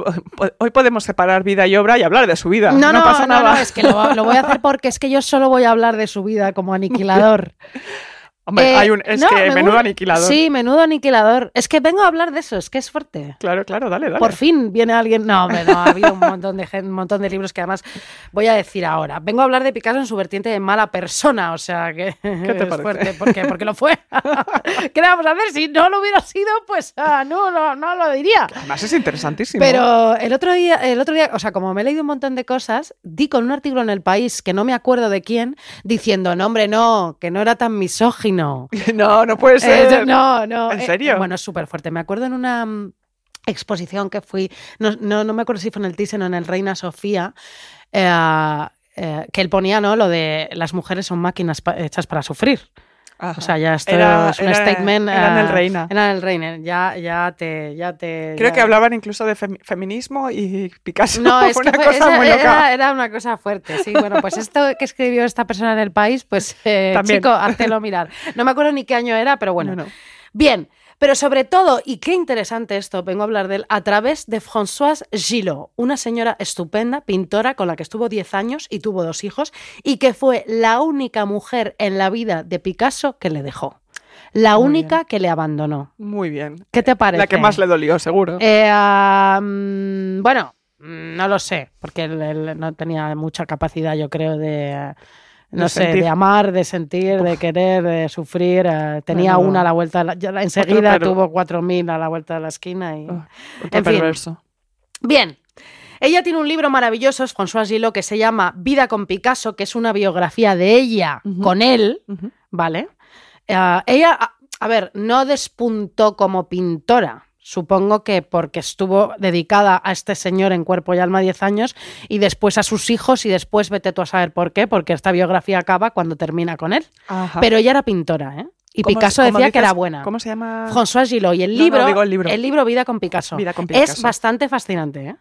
hoy podemos separar vida y obra y hablar de su vida. no, No, no, pasa no, nada. no, es que lo, lo voy a hacer porque es que yo solo voy a hablar de su vida como aniquilador. Hombre, Eh, hay un, es no, que me menudo gusta- aniquilador. Sí, menudo aniquilador. Es que vengo a hablar de eso, es que es fuerte. Claro, claro, dale, dale. Por fin viene alguien. No, hombre, no, ha habido un montón de gen- un montón de libros que además voy a decir ahora. Vengo a hablar de Picasso en su vertiente de mala persona, o sea que te es parece? fuerte, ¿por qué? Porque lo fue. ¿Qué le vamos a hacer? Si no lo hubiera sido, pues ah, no, no, no lo diría. Además es interesantísimo. Pero el otro día, el otro día, o sea, como me he leído un montón de cosas, di con un artículo en El País que no me acuerdo de quién, diciendo, no, hombre, no, que no era tan misógino. No, no puede Eh, ser. no, no. ¿En eh, serio? bueno, es súper fuerte. Me acuerdo en una mm, exposición que fui, no, no, no me acuerdo si fue en el Thyssen o en el Reina Sofía, eh, eh, que él ponía, ¿no? Lo de las mujeres son máquinas pa- hechas para sufrir. Ajá. O sea, ya esto Ah. Era- es un era- statement. era en el eh, Reina. Era en el Reina. Ya, ya te. Ya te Creo ya- que hablaban incluso de fem- feminismo y Picasso. No, Fue es que una fue- cosa esa- muy era, loca. era una cosa fuerte, sí. Bueno, pues esto que escribió esta persona en el país, pues eh, También. chico, háztelo mirar. No me acuerdo ni qué año era, pero bueno. No, no. Bien, pero sobre todo, y qué interesante esto, vengo a hablar de él, a través de Françoise Gillot, una señora estupenda, pintora, con la que estuvo 10 años y tuvo dos hijos, y que fue la única mujer en la vida de Picasso que le dejó. La Muy única que le abandonó. Muy bien. ¿Qué te parece? La que más le dolió, seguro. Eh, ah, mm, bueno, mm, no lo sé, porque él, él no tenía mucha capacidad, yo creo, de... eh, No De sé, sentir. de amar, de sentir, de querer, de sufrir. eh, Tenía Menudo. una a la vuelta, de la- ya la- enseguida pero- tuvo 4.000 a la vuelta de la esquina. Y... Ah, Otro en fin. perverso. Bien. Ella tiene un libro maravilloso, es François Gillot, que se llama Vida con Picasso, que es una biografía de ella Ujú. con él, Ujú. ¿vale? Eh, ella, a, a ver, no despuntó como pintora. Supongo que porque estuvo dedicada a este señor en cuerpo y alma 10 años y después a sus hijos y después vete tú a saber por qué, porque esta biografía acaba cuando termina con él. Ajá. Pero ella era pintora, ¿eh? Y Ah. ¿Cómo Picasso se- cómo decía que dices- era buena. ¿Cómo se llama? François Gillot. Y el No, no, libro, digo el libro. Vida con Picasso. Vida con Es Picasso. bastante fascinante, ¿eh?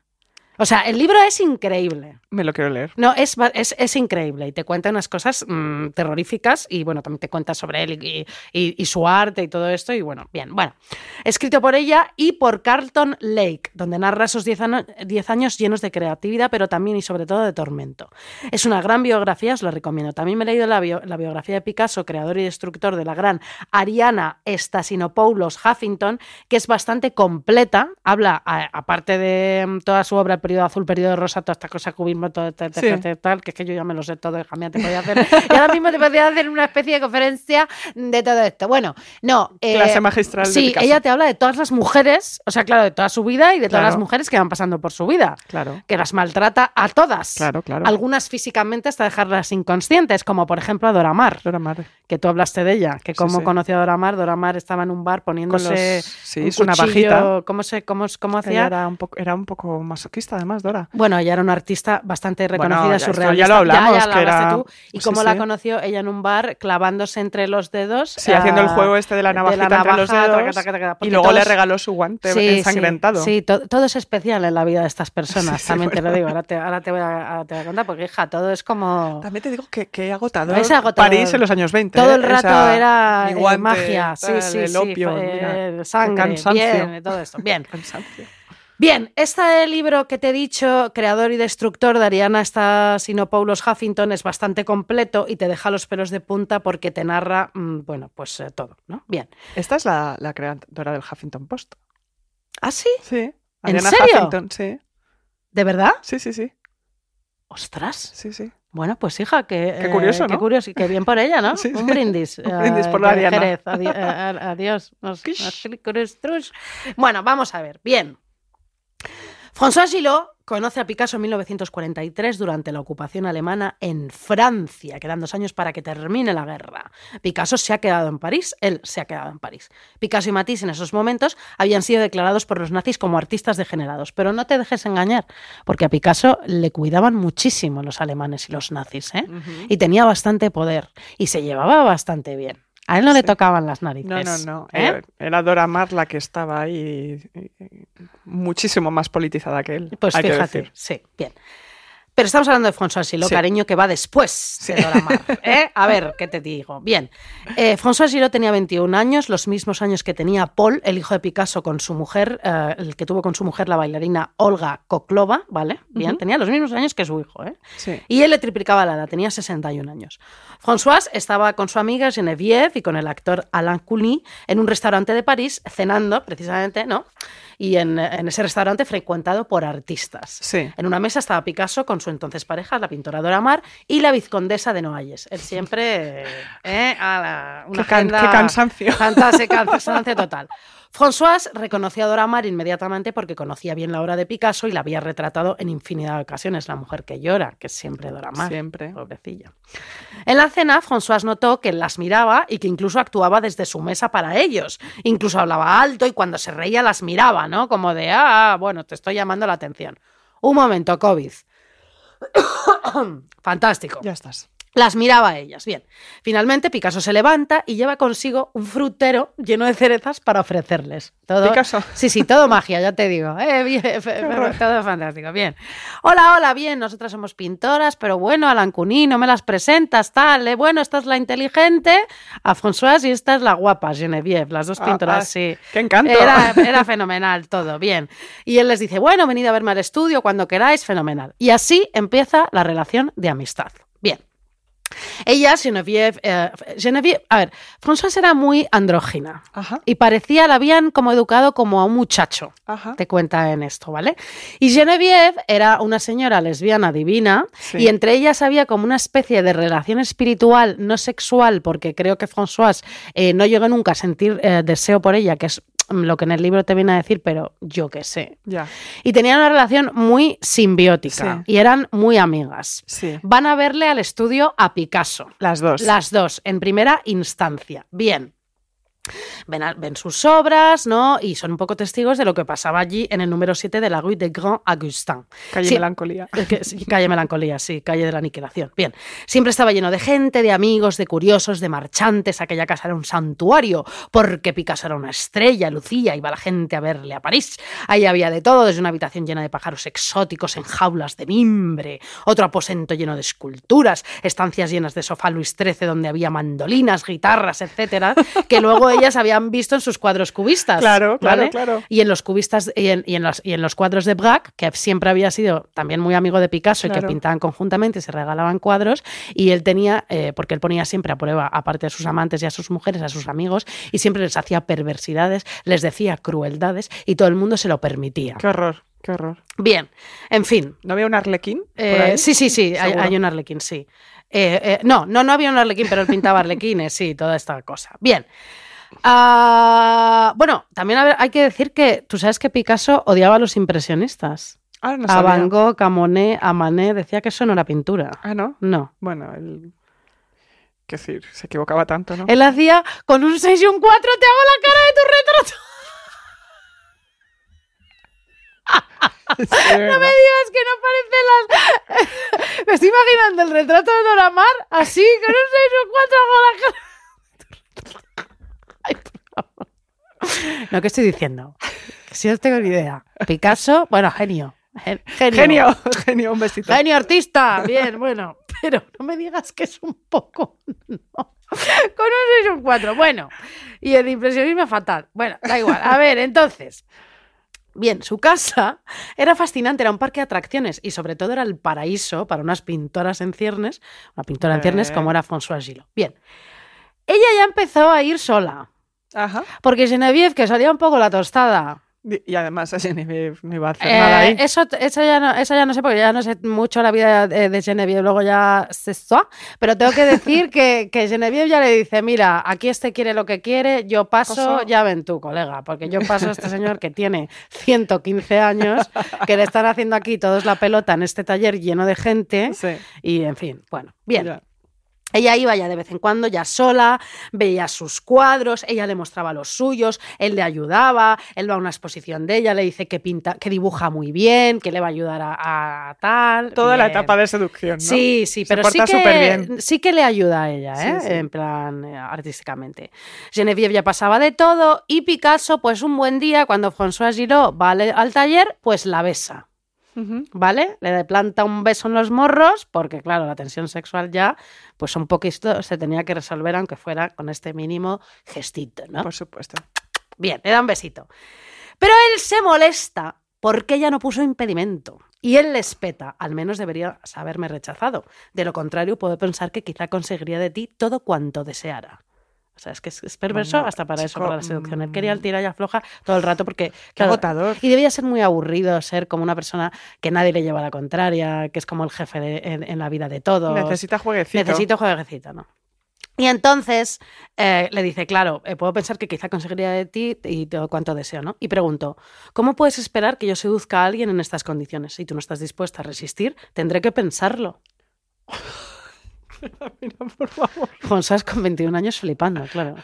O sea, el libro es increíble. Me lo quiero leer. No, es, ba- es, es increíble y te cuenta unas cosas mm, terroríficas y bueno, también te cuenta sobre él y, y- y su arte y todo esto y bueno, bien, bueno. Escrito por ella y por Carlton Lake, donde narra esos 10 ano- 10 años llenos de creatividad, pero también y sobre todo de tormento. Es una gran biografía, os lo recomiendo. También me he leído la, bio- la biografía de Picasso, creador y destructor de la gran Ariana Stasinopoulos Huffington, que es bastante completa. Habla, a- aparte de mm, toda su obra, el periodo azul, periodo rosa, toda esta cosa, cubismo, todo tal, Sí. tal, que es que yo ya me lo sé todo, hija mía, te podía hacer. Y ahora mismo te podría hacer una especie de conferencia de todo esto. Bueno, no. eh, Clase magistral de Sí, Picasso. ella te habla de todas las mujeres, o sea, claro, de toda su vida y de todas Claro. las mujeres que van pasando por su vida Claro, que las maltrata a todas. claro, claro. Algunas físicamente hasta dejarlas inconscientes, como por ejemplo a Dora Maar, Dora Maar. que tú hablaste de ella, que Sí, como sí. conoció a Dora Maar, Dora Maar estaba en un bar Con los, poniéndose sí, un es una cuchillo- bajita. ¿Cómo, se, cómo, cómo Ella hacía? era un poco, era un poco masoquista, además, Dora. Bueno, ella era una artista bastante reconocida, ya, esto ya surrealista. lo hablamos, ya que hablaste era- tú. Y sí, cómo la sí. conoció ella en un bar, clavándose entre los dedos. Sí, haciendo el ah, juego este de la de la navajita entre los navaja, dedos. taca, taca, taca, y porque luego le todos- regaló su guante ensangrentado. Sí, to- todo es especial en la vida de estas personas, Sí, sí, también te lo bueno. digo. Ahora te, ahora te voy a, ahora te voy a contar, porque hija, todo es como. También te digo que, que agotador, Es agotador. París en los años 20. Todo ¿eh? el O rato sea, era mi eh, guante, magia, sí, tal, sí, el sí, opio, fue- mira, el qué sangre, cansancio. bien, todo esto, bien. Cansancio. Bien, este libro que te he dicho, Creador y Destructor de Ariana Stasinopoulos Huffington, es bastante completo y te deja los pelos de punta porque te narra, mm, bueno, pues eh, todo, ¿no? Bien. Esta es la, la creadora del Huffington Post. ¿Ah, sí? Sí. ¿En Ariana serio? Huffington, sí. ¿De verdad? Sí, sí, sí. ¡Ostras! sí, sí. Bueno, pues hija, que, Qué curioso, qué ¿no? curioso y qué bien por ella, ¿no? Sí, sí. Un brindis. Un brindis eh, por la de Ariana. Jerez. Adi- eh, a- adiós. Nos- Kish. nos- cruz, trush. Bueno, vamos a ver. Bien. François Gillot Conoce a Picasso en 1943 durante la ocupación alemana en Francia. Quedan dos años para que termine la guerra. Picasso se ha quedado en París, él se ha quedado en París. Picasso y Matisse en esos momentos habían sido declarados por los nazis como artistas degenerados. Pero no te dejes engañar, porque a Picasso le cuidaban muchísimo los alemanes y los nazis. ¿eh? Y tenía bastante poder y se llevaba bastante bien. A él no le Sí. tocaban las narices. No, no, no. ¿eh? Eh, Era Dora Maar la que estaba ahí eh, eh, muchísimo más politizada que él. Pues eh, hay que fíjate, decir. sí, bien. Pero estamos hablando de François Gillot, Sí. cariño, que va después de Dora Maar, ¿eh? A ver, ¿qué te digo? Bien, eh, François Gillot tenía 21 años, los mismos años que tenía Paul, el hijo de Picasso, con su mujer, eh, el que tuvo con su mujer la bailarina Olga Koklova, ¿vale? Bien, Ujú. tenía los mismos años que su hijo, ¿eh? Sí. Y él le triplicaba la edad, tenía 61 años. François estaba con su amiga Geneviève y con el actor Alain Coulin en un restaurante de París, cenando precisamente, ¿no? Y en, en ese restaurante frecuentado por artistas. Sí. En una mesa estaba Picasso con su entonces pareja, la pintora Dora Maar, y la vizcondesa de Noailles. Él siempre... ¿eh? A la- una Qué can- agenda- qué cansancio. Cansancio, cansancio total. François reconoció a Dora Maar inmediatamente porque conocía bien la obra de Picasso y la había retratado en infinidad de ocasiones. La mujer que llora, que es siempre Dora Maar. Siempre. Pobrecilla. En la cena, François notó que las miraba y que incluso actuaba desde su mesa para ellos. Incluso hablaba alto y cuando se reía las miraba, ¿no? Como de, ah, bueno, te estoy llamando la atención. Un momento, COVID. Fantástico. Ya estás. Las miraba a ellas. Bien. Finalmente, Picasso se levanta y lleva consigo un frutero lleno de cerezas para ofrecerles. Todo- Picasso. Sí, sí, todo magia, ya te digo. Eh, bien, fe- fe- todo fantástico. Bien. Hola, hola, bien. Nosotras somos pintoras, pero bueno, Alan Cuní, no me las presentas, tal. eh. Bueno, esta es la inteligente, a François, y esta es la guapa, Geneviève. Las dos Ah, pintoras, ah, sí. ¡Qué encanto! Era, era fenomenal todo, bien. Y él les dice, bueno, venid a verme al estudio cuando queráis, fenomenal. Y así empieza la relación de amistad. Bien. Ella, Geneviève, eh, Geneviève- a ver, François era muy andrógina Ajá, y parecía, la habían como educado como a un muchacho ajá. te cuenta en esto, ¿vale? Y Geneviève era una señora lesbiana divina Sí. y entre ellas había como una especie de relación espiritual, no sexual, porque creo que François eh, no llegó nunca a sentir eh, deseo por ella, que es mm, lo que en el libro te viene a decir, pero yo qué sé. Ya, Y tenían una relación muy simbiótica Sí. y eran muy amigas. sí. Van a verle al estudio a Picasso. Las dos. Las dos, en primera instancia. Bien. Ven, a- ven sus obras, ¿no? Y son un poco testigos de lo que pasaba allí en el número 7 de la Rue de Grand Augustin. Calle sí. Melancolía. Eh, que- sí, calle Melancolía, sí, calle de la Aniquilación. Bien, siempre estaba lleno de gente, de amigos, de curiosos, de marchantes. Aquella casa era un santuario, porque Picasso era una estrella, lucía, iba la gente a verle a París. Ahí había de todo, desde una habitación llena de pájaros exóticos en jaulas de mimbre, otro aposento lleno de esculturas, estancias llenas de sofá Luis XIII, donde había mandolinas, guitarras, etcétera, que luego ellas habían visto en sus cuadros cubistas. Claro, claro, ¿vale? claro. Y en los cubistas y en, y en los, y en los cuadros de Braque, que siempre había sido también muy amigo de Picasso y que Claro. pintaban conjuntamente y se regalaban cuadros, y él tenía, eh, porque él ponía siempre a prueba, aparte de sus amantes y a sus mujeres, a sus amigos, y siempre les hacía perversidades, les decía crueldades, y todo el mundo se lo permitía. Qué horror, qué horror. Bien, en fin. ¿No había un arlequín? por Eh, ahí? sí, sí, sí, hay, Seguro. hay un arlequín, sí. Eh, eh, no, no, no había un arlequín, pero él pintaba arlequines, sí, toda esta cosa. Bien. Ah, bueno, también a ver, hay que decir que tú sabes que Picasso odiaba a los impresionistas. Ah, no a sabía. Van Gogh, a Monet, a Manet, decía que eso no era pintura. Ah, ¿no? No. Bueno, el... Qué decir, se equivocaba tanto, ¿no? Él hacía con un 6 y un 4 te hago la cara de tu retrato. no me Es que no parecen las. Me estoy imaginando el retrato de Dora Maar así, con un 6 o 4 hago la cara. Ay, por favor. No, ¿qué estoy diciendo? Que Si no tengo ni idea. Picasso, bueno, genio. Gen- Genio. Genio, genio, un besito. Genio artista, bien, bueno, pero no me digas que es un poco. no. Con un 6 y un 4, bueno. Y el impresionismo fatal. Bueno, da igual. A ver, entonces. Bien, su casa era fascinante, era un parque de atracciones y sobre todo era el paraíso para unas pintoras en ciernes, una pintora en ciernes Eh. como era François Gillot. Bien. Ella ya empezó a ir sola, Ajá. porque Geneviève, que salía un poco la tostada, Y además así ni me- no iba a hacer Eh, nada ahí. eso, eso, ya no, eso ya no sé, porque ya no sé mucho la vida eh, de Genevieve, luego ya se soa, pero tengo que decir que, que Genevieve ya le dice, mira, aquí este quiere lo que quiere, yo paso, Paso. ya ven tú, colega, porque yo paso a este señor que tiene 115 años, que le están haciendo aquí todos la pelota en este taller lleno de gente, Sí, y en fin, bueno, bien. ya. Ella iba ya de vez en cuando, ya sola, veía sus cuadros, ella le mostraba los suyos, él le ayudaba, él va a una exposición de ella, le dice que pinta, que dibuja muy bien, que le va a ayudar a, a tal. Toda la Bien. etapa de seducción, ¿no? Sí, sí, Se pero sí porta que, superbién. sí que le ayuda a ella, Sí, ¿eh? sí. en plan eh, artísticamente. Genevieve ya pasaba de todo y Picasso, pues un buen día, cuando François Giraud va al- al taller, pues la besa. Ujú. ¿vale? Le planta un beso en los morros, porque claro, la tensión sexual ya, pues un poquito se tenía que resolver, aunque fuera con este mínimo gestito, ¿no? Por supuesto. Bien, le da un besito. Pero él se molesta porque ella no puso impedimento. Y él les peta, al menos deberías haberme rechazado. De lo contrario, puedo pensar que quizá conseguiría de ti todo cuanto deseara. O sea, es que es, es perverso Bueno, hasta para eso, chico, para la seducción. Él mm. quería el tira y afloja todo el rato porque... Qué claro, agotador. y debía ser muy aburrido ser como una persona que nadie le lleva la contraria, que es como el jefe de- en, en la vida de todos. Necesita jueguecito. Necesito jueguecito, ¿no? Y entonces eh, le dice, claro, eh, puedo pensar que quizá conseguiría de ti y todo cuanto deseo, ¿no? Y pregunto, ¿cómo puedes esperar que yo seduzca a alguien en estas condiciones? Si tú no estás dispuesta a resistir, tendré que pensarlo. Mira, por favor. Fonsas con 21 años flipando, claro.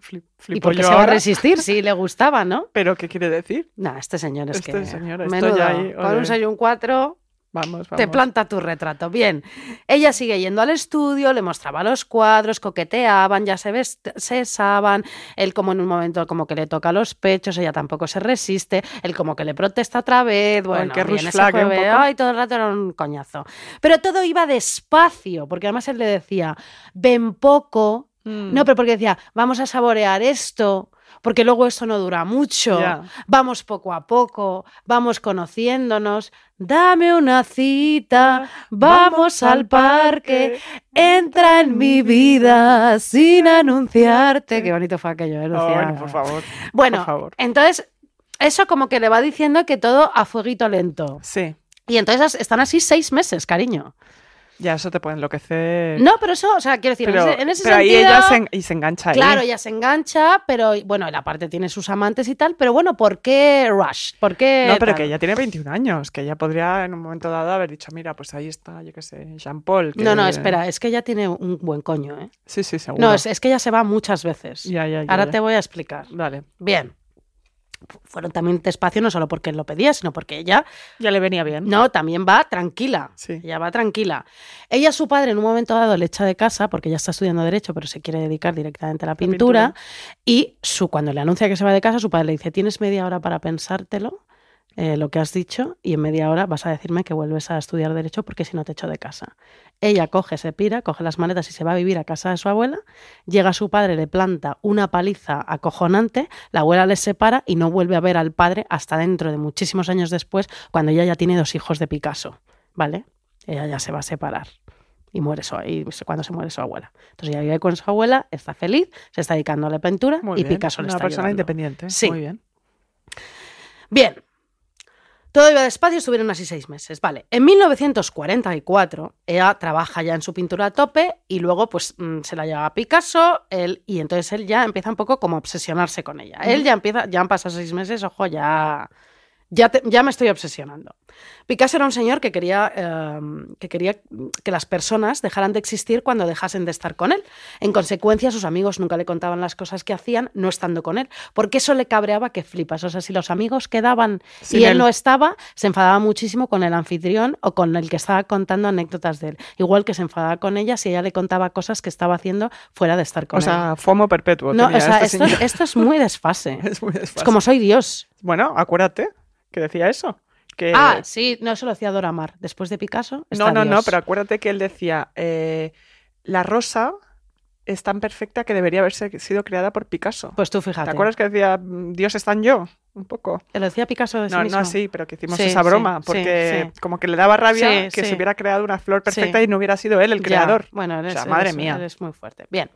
Flip- ¿Y flipo por qué se yo va a ahora. resistir si le gustaba, no? ¿Pero qué quiere decir? Nah, este señor es Este que... señor, esto menudo, ya ahí, con ole. un 6 y un 4... Vamos, vamos. Te planta tu retrato. Bien. Ella sigue yendo al estudio, le mostraba los cuadros, coqueteaban, ya se bes- besaban. Él como en un momento como que le toca los pechos, ella tampoco se resiste. Él como que le protesta otra vez. Bueno, qué bien, rush ese flag, ¿eh? Un jueves, poco. ay, todo el rato era un coñazo. Pero todo iba despacio, porque además él le decía, ven poco. Mm. No, pero porque decía, vamos a saborear esto. Porque luego esto no dura mucho Ya. vamos poco a poco, vamos conociéndonos, dame una cita, vamos al parque, entra en mi vida sin anunciarte. Qué bonito fue aquello, ¿eh, Ay, Lucía? no, por favor. bueno, por favor. entonces eso como que le va diciendo que todo a fueguito lento. Sí. Y entonces están así seis meses, cariño. Ya eso te puede enloquecer. No, pero eso, o sea, quiero decir, en pero, ese- en ese pero ahí sentido... ella se, en- y se engancha ¿eh? ahí. Claro, ella se engancha, pero bueno, la parte tiene sus amantes y tal, pero bueno, ¿por qué Rush? ¿Por qué No, pero tal? que ella tiene 21 años, que ella podría en un momento dado haber dicho, mira, pues ahí está, yo qué sé, Jean Paul. que- No, no, espera, es que ella tiene un buen coño, ¿eh? Sí, sí, seguro. No, es, es que ella se va muchas veces. Ya, ya, ya, Ahora ya. te voy a explicar. Vale. Bien. Fu- Fueron también despacio, no solo porque él lo pedía, sino porque ella, Ya le venía bien. no, también va tranquila. Sí. Ella va tranquila. Ella, su padre, en un momento dado le echa de casa porque ella está estudiando Derecho, pero se quiere dedicar directamente a la pintura. pintura. Y su, cuando le anuncia que se va de casa, su padre le dice: Tienes media hora para pensártelo, eh, lo que has dicho, y en media hora vas a decirme que vuelves a estudiar Derecho porque si no te echo de casa. Ella coge, se pira, coge las maletas y se va a vivir a casa de su abuela. Llega su padre, le planta una paliza acojonante, la abuela les separa y no vuelve a ver al padre hasta dentro de muchísimos años después, cuando ella ya tiene dos hijos de Picasso, ¿vale? Ella ya se va a separar y muere su, y se- cuando se muere su abuela. Entonces ella vive con su abuela, está feliz, se está dedicando a la pintura Muy y bien. Picasso le Una está persona ayudando. independiente. Sí. Muy bien. Bien. Todo iba despacio, estuvieron así seis meses. Vale, en 1944 ella trabaja ya en su pintura a tope y luego pues mm, se la lleva a Picasso él, y entonces él ya empieza un poco como a obsesionarse con ella. Él ya empieza, ya han pasado seis meses, ojo, ya, ya, te- ya me estoy obsesionando. Picasso era un señor que quería, eh, que quería que las personas dejaran de existir cuando dejasen de estar con él. En consecuencia, sus amigos nunca le contaban las cosas que hacían no estando con él, porque eso le cabreaba que flipas. O sea, si los amigos quedaban Sin y él, él. no estaba, se enfadaba muchísimo con el anfitrión o con el que estaba contando anécdotas de él. Igual que se enfadaba con ella si ella le contaba cosas que estaba haciendo fuera de estar con O él. sea, FOMO perpetuo. no, tenía o sea, este esto, es- señor. esto es muy desfase. Es muy es desfase. como soy Dios. Bueno, acuérdate que decía eso. Que... Ah, sí, no, eso lo hacía Dora Maar. Después de Picasso. Eh, No, está no, no, Dios. pero acuérdate que él decía, eh, la rosa es tan perfecta que debería haberse sido creada por Picasso. Pues tú fíjate. ¿Te acuerdas que decía, "Mm, Dios está en yo? Un poco. ¿Te lo decía Picasso de sí no, mismo? no así, pero que hicimos Sí, esa sí, broma, sí, porque sí. como que le daba rabia Sí, que sí. se hubiera creado una flor perfecta Sí. y no hubiera sido él el Ya, creador. Bueno, O eres, sea, madre eres- mía. eres muy fuerte. Bien.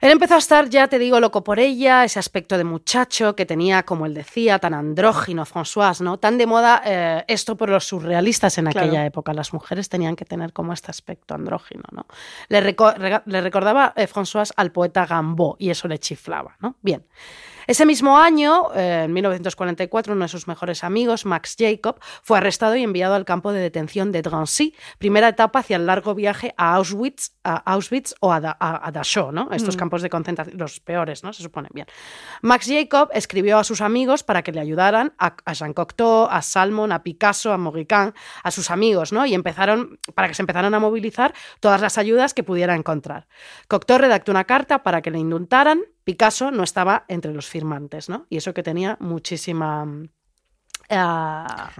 Él empezó a estar, ya te digo, loco por ella, ese aspecto de muchacho que tenía, como él decía, tan andrógino, François, ¿no? Tan de moda eh, esto por los surrealistas en Claro. aquella época. Las mujeres tenían que tener como este aspecto andrógino, ¿no? Le, reco- rega- le recordaba eh, François al poeta Gambó y eso le chiflaba, ¿no? Bien. Ese mismo año, eh, en 1944, uno de sus mejores amigos, Max Jacob, fue arrestado y enviado al campo de detención de Drancy, primera etapa hacia el largo viaje a Auschwitz, a Auschwitz o a, Da- a- a Dachau, ¿no? Estos campos de concentración, los peores, ¿no? Se supone. Bien. Max Jacob escribió a sus amigos para que le ayudaran a, a Jean Cocteau, a Salmon, a Picasso, a Mauricain, a sus amigos, ¿no? Y empezaron, para que se empezaran a movilizar todas las ayudas que pudiera encontrar. Cocteau redactó una carta para que le indultaran. Picasso no estaba entre los firmantes, ¿no? Y eso que tenía muchísima. mm, ah,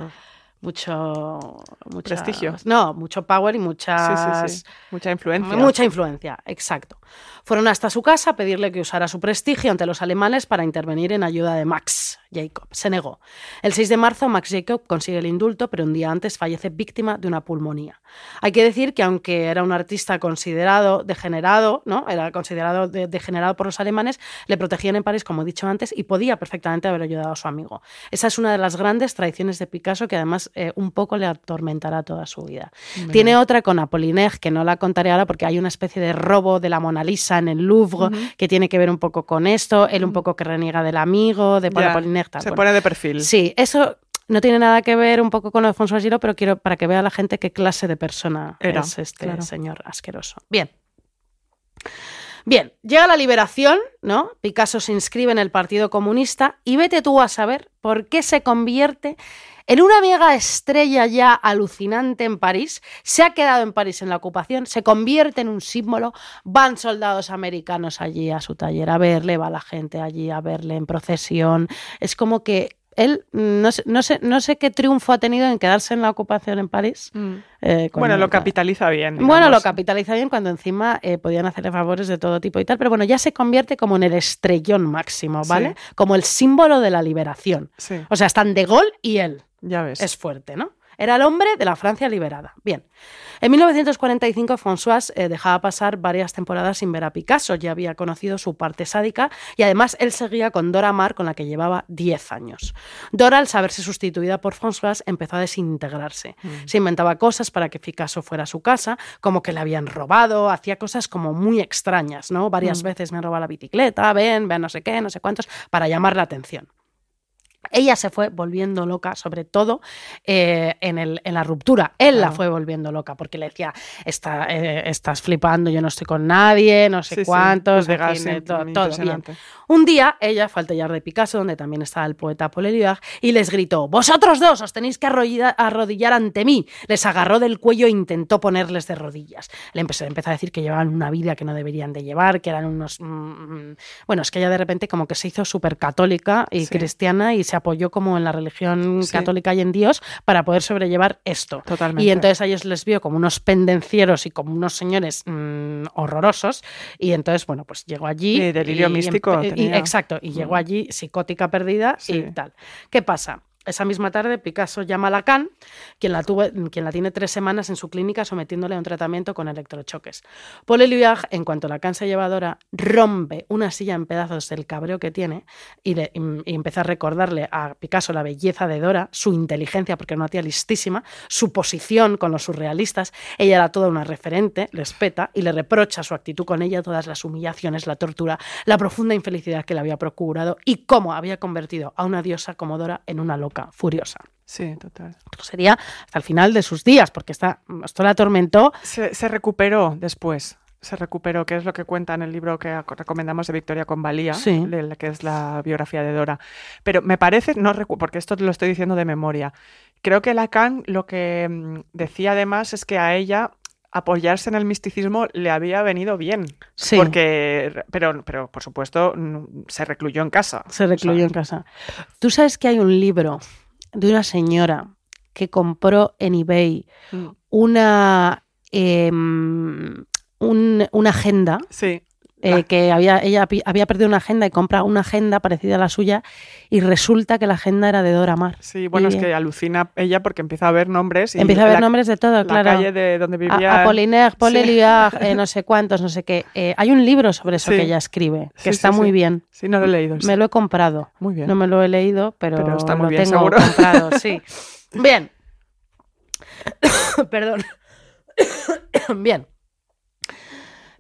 mucho, mucha- Prestigio. No, mucho power y Sí, muchas. sí, sí. Mucha influencia. Mucha influencia, exacto. Fueron hasta su casa a pedirle que usara su prestigio ante los alemanes para intervenir en ayuda de Max Jacob. Se negó. El 6 de marzo, Max Jacob consigue el indulto, pero un día antes fallece víctima de una pulmonía. Hay que decir que aunque era un artista considerado degenerado, ¿no? Era considerado de- degenerado por los alemanes, le protegían en París, como he dicho antes, y podía perfectamente haber ayudado a su amigo. Esa es una de las grandes traiciones de Picasso que además eh, un poco le atormentará toda su vida. Tiene otra con Apollinaire, que no la contaré ahora porque hay una especie de robo de la Mona Lisa en el Louvre que tiene que ver un poco con esto, él un poco que reniega del amigo, de Paul Ya, Apollinaire. tal. Se Bueno, pone de perfil. Sí, eso no tiene nada que ver un poco con Alfonso Asiro, pero quiero para que vea la gente qué clase de persona Era, es este claro. señor asqueroso. Bien. Bien, llega la liberación, ¿no? Picasso se inscribe en el Partido Comunista y vete tú a saber por qué se convierte en una mega estrella ya alucinante en París. Se ha quedado en París en la ocupación, se convierte en un símbolo, van soldados americanos allí a su taller a verle, va la gente allí a verle en procesión. Es como que él, mm, no sé, no sé, no sé qué triunfo ha tenido en quedarse en la ocupación en París. Mm. eh, con Bueno, el- lo capitaliza bien. bueno, lo digamos. capitaliza bien cuando encima eh, podían hacerle favores de todo tipo y tal, pero bueno, ya se convierte como en el estrellón máximo, ¿vale? Como el símbolo de la liberación. Sí, O sea, están De Gaulle y él. ya ves. Es fuerte, ¿no? Era el hombre de la Francia liberada. Bien. En 1945, François eh, dejaba pasar varias temporadas sin ver a Picasso. Ya había conocido su parte sádica y además él seguía con Dora Maar, con la que llevaba 10 años. Dora, al saberse sustituida por François, empezó a desintegrarse. Se inventaba cosas para que Picasso fuera a su casa, como que le habían robado, hacía cosas como muy extrañas, ¿no? Varias veces me han robado la bicicleta, ven, ven, no sé qué, no sé cuántos, para llamar la atención. Ella se fue volviendo loca, sobre todo eh, en, el- en la ruptura. Él la Claro. fue volviendo loca porque le decía, "Está, eh, estás flipando, yo no estoy con nadie, no sé Sí, sí, cuántos, los de en fin, gas, eh, sí, to- todo bien. impresionante. Un día ella fue al taller de Picasso, donde también estaba el poeta Paul Eluard, y les gritó: Vosotros dos os tenéis que arrolla- arrodillar ante mí. Les agarró del cuello e intentó ponerles de rodillas. Le empezó, empezó a decir que llevaban una vida que no deberían de llevar, que eran unos. mm, mm. bueno, es que ella de repente como que se hizo súper católica y Sí. cristiana y se apoyó como en la religión Sí. católica y en Dios para poder sobrellevar esto. Totalmente. Y entonces a ellos les vio como unos pendencieros y como unos señores mm, horrorosos. Y entonces, bueno, pues llegó allí. Y delirio empe- místico y- tenía. Mm. exacto. Y llegó allí psicótica perdida Sí. y tal. ¿Qué pasa? Esa misma tarde, Picasso llama a Lacan, quien la, tuvo, quien la tiene tres semanas en su clínica sometiéndole a un tratamiento con electrochoques. Paul Eluard, en cuanto Lacan se lleva a Dora, rompe una silla en pedazos del cabreo que tiene y, le- y empieza a recordarle a Picasso la belleza de Dora, su inteligencia, porque era una tía listísima, su posición con los surrealistas. Ella era toda una referente, respeta y le reprocha su actitud con ella, todas las humillaciones, la tortura, la profunda infelicidad que le había procurado y cómo había convertido a una diosa como Dora en una loca furiosa. Sí, total. Esto sería hasta el final de sus días, porque esta- esto la atormentó. Se, se recuperó después. Se recuperó, que es lo que cuenta en el libro que ac- recomendamos de Victoria Convalía, Sí. de la que es la biografía de Dora. Pero me parece, no recu- porque esto te lo estoy diciendo de memoria, creo que Lacan lo que mm, decía además es que a ella apoyarse en el misticismo le había venido bien. Sí. Porque, pero, pero por supuesto, mm, se recluyó en casa. Se recluyó O en casa. Tú sabes que hay un libro de una señora que compró en eBay sea, mm, una, em, un- una agenda Sí, eh, que había, ella pi- había perdido una agenda y compra una agenda parecida a la suya y resulta que la agenda era de Dora Maar. Sí, bueno, Y es que alucina ella porque empieza a ver nombres. Y Empieza a ver la- nombres de todo, la claro. calle de donde A- vivía. Apollinaire, Paul Sí. Éluard, eh, no sé cuántos, no sé qué. Eh, hay un libro sobre eso Sí. que ella escribe, que Sí, está sí, muy sí. bien. Sí, no lo he leído. sí. Me lo he comprado. Muy bien. No me lo he leído, pero, Pero está muy lo bien, tengo seguro. comprado, sí. Bien. Perdón. bien.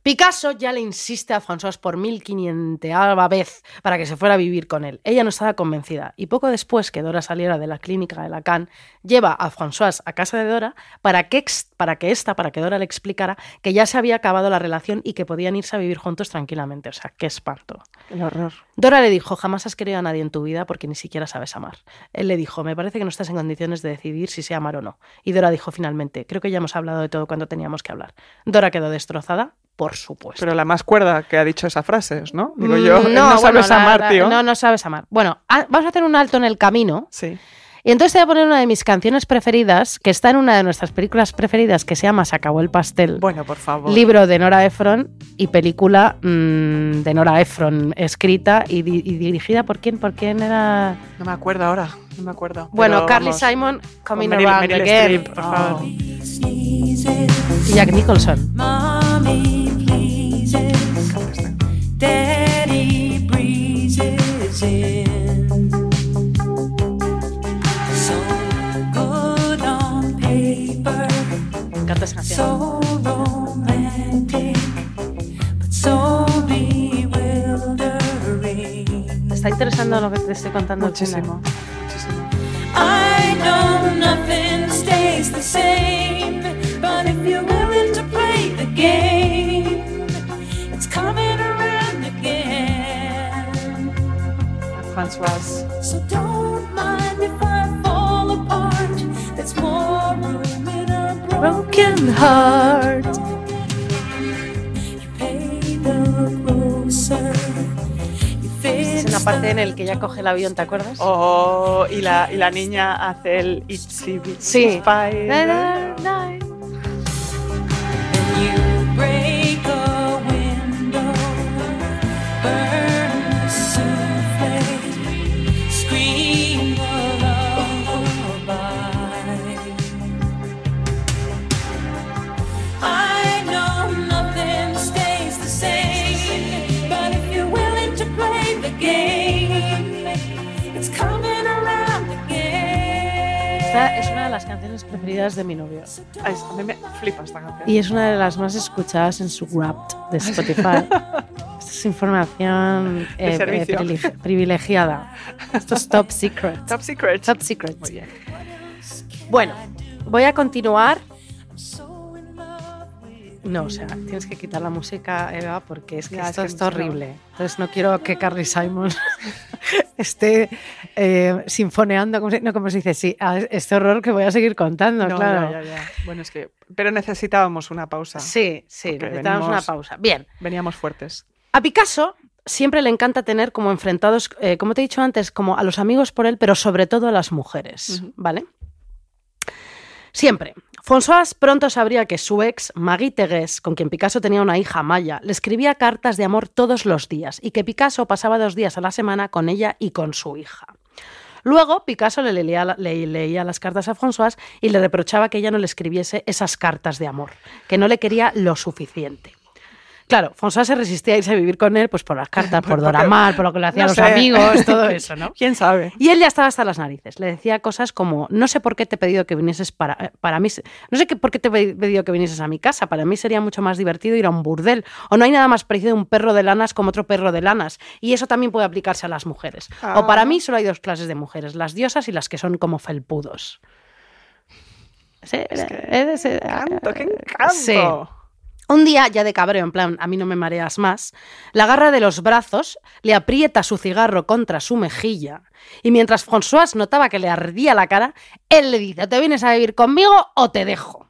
Picasso ya le insiste a François por 1500 vez para que se fuera a vivir con él. Ella no estaba convencida y poco después que Dora saliera de la clínica de Lacan, lleva a François a casa de Dora para que, ex- para que esta, para que Dora le explicara que ya se había acabado la relación y que podían irse a vivir juntos tranquilamente. O sea, qué espanto. El horror. Dora le dijo, jamás has querido a nadie en tu vida porque ni siquiera sabes amar. Él le dijo, me parece que no estás en condiciones de decidir si sé amar o no. Y Dora dijo finalmente, creo que ya hemos hablado de todo cuando teníamos que hablar. Dora quedó destrozada, por supuesto. Pero la más cuerda que ha dicho esas frases, ¿no? Digo yo, Mm, no, sabes bueno, la- amar, la- tío. No, no sabes amar. Bueno, a- vamos a hacer un alto en el camino. Sí. Y entonces te voy a poner una de mis canciones preferidas, que está en una de nuestras películas preferidas, que se llama Se acabó el pastel. Bueno, por favor. Libro de Nora Ephron y película mm, de Nora Ephron, escrita y, di- y dirigida por quién, por quién era... No me acuerdo ahora, no me acuerdo. Bueno, Pero Carly vamos, Simon con coming Meryl- around Meryl again. Streep, por favor. Oh. Y oh. Jack Nicholson. Mommy pleases, Daddy breezes in. So good on paper, Me encanta esa canción. so romantic, but so bewildering. ¿Te está interesando lo que te estoy contando? China? Muchísimo. muchísimo. I know nothing stays the same, but if you're willing to play the game, it's coming around again. Françoise. So don't mind if I fall apart. There's more room in a broken heart. You pay the grocer. You Es fix una parte the en el que ya coge el avión, ¿te acuerdas? Oh, y la, y la niña hace el Itsy Bitsy Sí. Na, Spider. na, na. You break a window, burn the surface, scream a lullaby. I know nothing stays the same, but if you're willing to play the game, it's coming around Esta again. es una de las canciones preferidas de mi novio. Ay, a mí me flipa esta canción. Y es una de las más escuchadas en su Wrapped de Spotify. Esta es información De eh, servicio. eh, privilegi- privilegiada. Esto es top secret. Top Secret. Top secret. Muy bien. Bueno, voy a continuar I'm so in love with No, o sea, tienes que quitar la música, Eva, porque es que Ya, es esto que es no- horrible. Entonces no quiero que Carly Simon esté eh, sinfoneando, como se, no, como se dice, sí, a este horror que voy a seguir contando, No, claro. ya, ya, ya. Bueno, es que. Pero necesitábamos una pausa. Sí, sí, Porque necesitamos venimos- una pausa. Bien, Veníamos fuertes. a Picasso siempre le encanta tener como enfrentados, eh, como te he dicho antes, como a los amigos por él, pero sobre todo a las mujeres, Ujú. ¿vale? Siempre. François pronto sabría que su ex, Magui Tegues, con quien Picasso tenía una hija, Maya, le escribía cartas de amor todos los días y que Picasso pasaba dos días a la semana con ella y con su hija. Luego Picasso le leía, la- le- leía las cartas a François y le reprochaba que ella no le escribiese esas cartas de amor, que no le quería lo suficiente. Claro, François se resistía a irse a vivir con él pues por las cartas, por Dora Maar, por lo que le hacían No los sé. amigos, todo eso, ¿no? ¿Quién sabe? Y él ya estaba hasta las narices. Le decía cosas como, no sé por qué te he pedido que vinieses para, eh, para mí, se- no sé qué- por qué te he pedi- pedido que vinieses a mi casa, para mí sería mucho más divertido ir a un burdel. O no hay nada más parecido a un perro de lanas como otro perro de lanas. Y eso también puede aplicarse a las mujeres. O para mí solo hay dos clases de mujeres, las diosas y las que son como felpudos. Sí, eh, eh, eh, ¡Canto, qué eh, encanto! sí. Un día, ya de cabreo, en plan, a mí no me mareas más, la agarra de los brazos, le aprieta su cigarro contra su mejilla y mientras François notaba que le ardía la cara, él le dice, ¿te vienes a vivir conmigo o te dejo?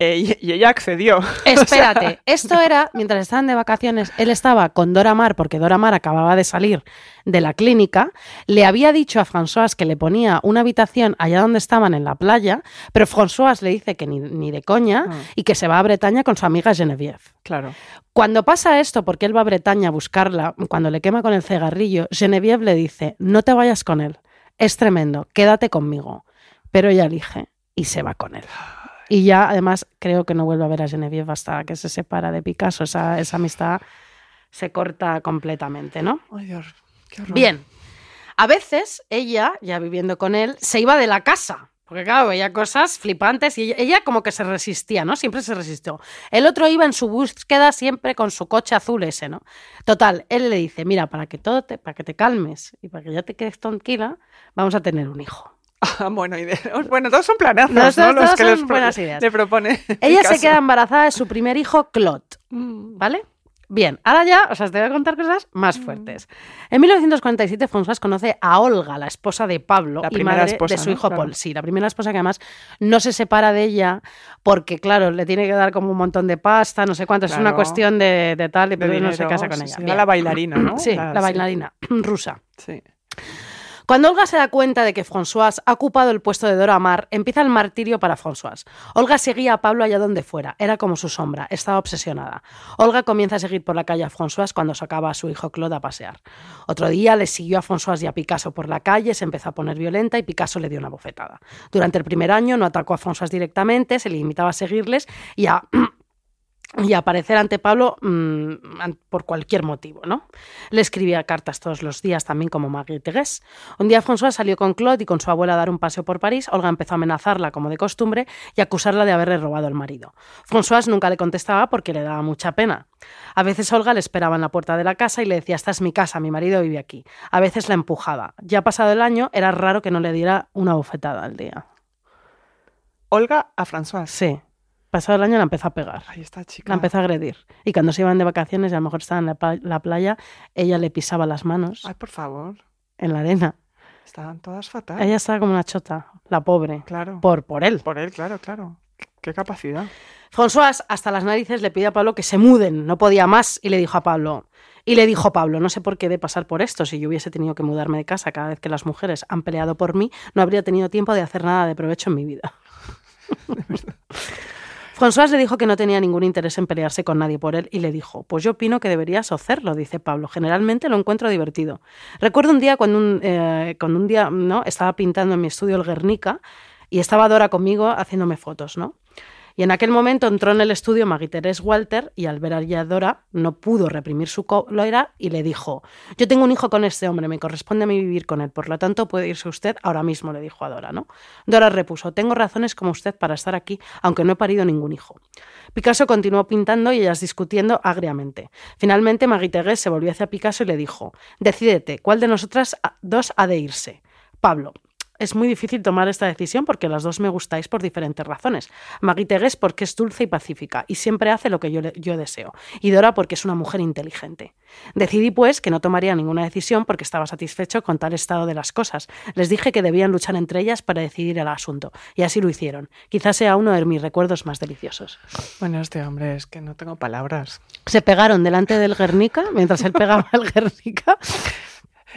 Eh, y, y ella accedió. Espérate, esto era mientras estaban de vacaciones. Él estaba con Dora Maar porque Dora Maar acababa de salir de la clínica. Le había dicho a François que le ponía una habitación allá donde estaban en la playa, pero François le dice que ni, ni de coña Ah. y que se va a Bretaña con su amiga Geneviève. Claro. Cuando pasa esto, porque él va a Bretaña a buscarla, cuando le quema con el cigarrillo, Geneviève le dice: No te vayas con él, es tremendo, quédate conmigo. Pero ella elige y se va con él. Y ya, además, creo que no vuelve a ver a Geneviève hasta que se separa de Picasso. Esa, esa amistad se corta completamente, ¿no? Ay, Dios, qué horror. Bien. A veces ella, ya viviendo con él, se iba de la casa. Porque claro, veía cosas flipantes y ella, ella como que se resistía, ¿no? Siempre se resistió. El otro iba en su búsqueda siempre con su coche azul ese, ¿no? Total, él le dice, mira, para que todo te, para que te calmes y para que ya te quedes tranquila, vamos a tener un hijo. Ah, bueno, idea. Bueno, todos son planazos, Los ¿no? dos- Los todos que les son pro- buenas ideas. le propone. Ella se Picasso. queda embarazada de su primer hijo, Claude. Mm, ¿vale? Bien, ahora ya os sea, te voy a contar cosas más fuertes. En 1947, François conoce a Olga, la esposa de Pablo La y primera madre esposa, de su ¿no? hijo Claro. Paul. Sí, la primera esposa que además no se separa de ella porque, claro, le tiene que dar como un montón de pasta, no sé cuánto. Es una Claro. cuestión de, de tal, y de pero no se dinero, casa con sí, ella. sí, era Bien. la bailarina, ¿no? Sí, la sí, bailarina rusa. Sí. Cuando Olga se da cuenta de que François ha ocupado el puesto de Dora Maar, empieza el martirio para François. Olga seguía a Pablo allá donde fuera, era como su sombra, estaba obsesionada. Olga comienza a seguir por la calle a François cuando sacaba a su hijo Claude a pasear. Otro día le siguió a François y a Picasso por la calle, se empezó a poner violenta y Picasso le dio una bofetada. Durante el primer año no atacó a François directamente, se limitaba a seguirles y a... y a aparecer ante Pablo mm, an- por cualquier motivo, ¿no? Le escribía cartas todos los días, también como Marguerite Therese. Un día François salió con Claude y con su abuela a dar un paseo por París. Olga empezó a amenazarla, como de costumbre, y acusarla de haberle robado al marido. François nunca le contestaba porque le daba mucha pena. A veces Olga le esperaba en la puerta de la casa y le decía, esta es mi casa, mi marido vive aquí. A veces la empujaba. Ya pasado el año, era raro que no le diera una bofetada al día. Olga a François. Sí. Pasado el año la empezó a pegar. Ahí está, chica. La empezó a agredir. Y cuando se iban de vacaciones, y a lo mejor estaban en la, pa- la playa, ella le pisaba las manos Ay, por favor. en la arena. Estaban todas fatal. Ella estaba como una chota, la pobre. Claro. Por... Por, por él. él, claro, claro. Qué capacidad. François, hasta las narices, le pide a Pablo que se muden, no podía más, y le dijo a Pablo, y le dijo Pablo, no sé por qué de pasar por esto, si yo hubiese tenido que mudarme de casa cada vez que las mujeres han peleado por mí, no habría tenido tiempo de hacer nada de provecho en mi vida. François le dijo que no tenía ningún interés en pelearse con nadie por él y le dijo, pues yo opino que deberías hacerlo, dice Pablo, generalmente lo encuentro divertido. Recuerdo un día cuando un, eh, cuando un día ¿no? estaba pintando en mi estudio el Guernica y estaba Dora conmigo haciéndome fotos, ¿no? Y en aquel momento entró en el estudio Magui-Terés Walter y al ver allí a Dora no pudo reprimir su cólera y le dijo, yo tengo un hijo con este hombre, me corresponde a mí vivir con él, por lo tanto puede irse usted ahora mismo, le dijo a Dora, ¿no? Dora repuso, tengo razones como usted para estar aquí, aunque no he parido ningún hijo. Picasso continuó pintando y ellas discutiendo agriamente. Finalmente Magui-Terés se volvió hacia Picasso y le dijo, decídete, ¿cuál de nosotras a- dos ha de irse? Pablo, es muy difícil tomar esta decisión porque las dos me gustáis por diferentes razones. Maguitegues porque es dulce y pacífica y siempre hace lo que yo, le- yo deseo. Y Dora porque es una mujer inteligente. Decidí pues que no tomaría ninguna decisión porque estaba satisfecho con tal estado de las cosas. Les dije que debían luchar entre ellas para decidir el asunto. Y así lo hicieron. Quizás sea uno de mis recuerdos más deliciosos. Bueno, este hombre es que no tengo palabras. Se pegaron delante del Guernica mientras él pegaba el Guernica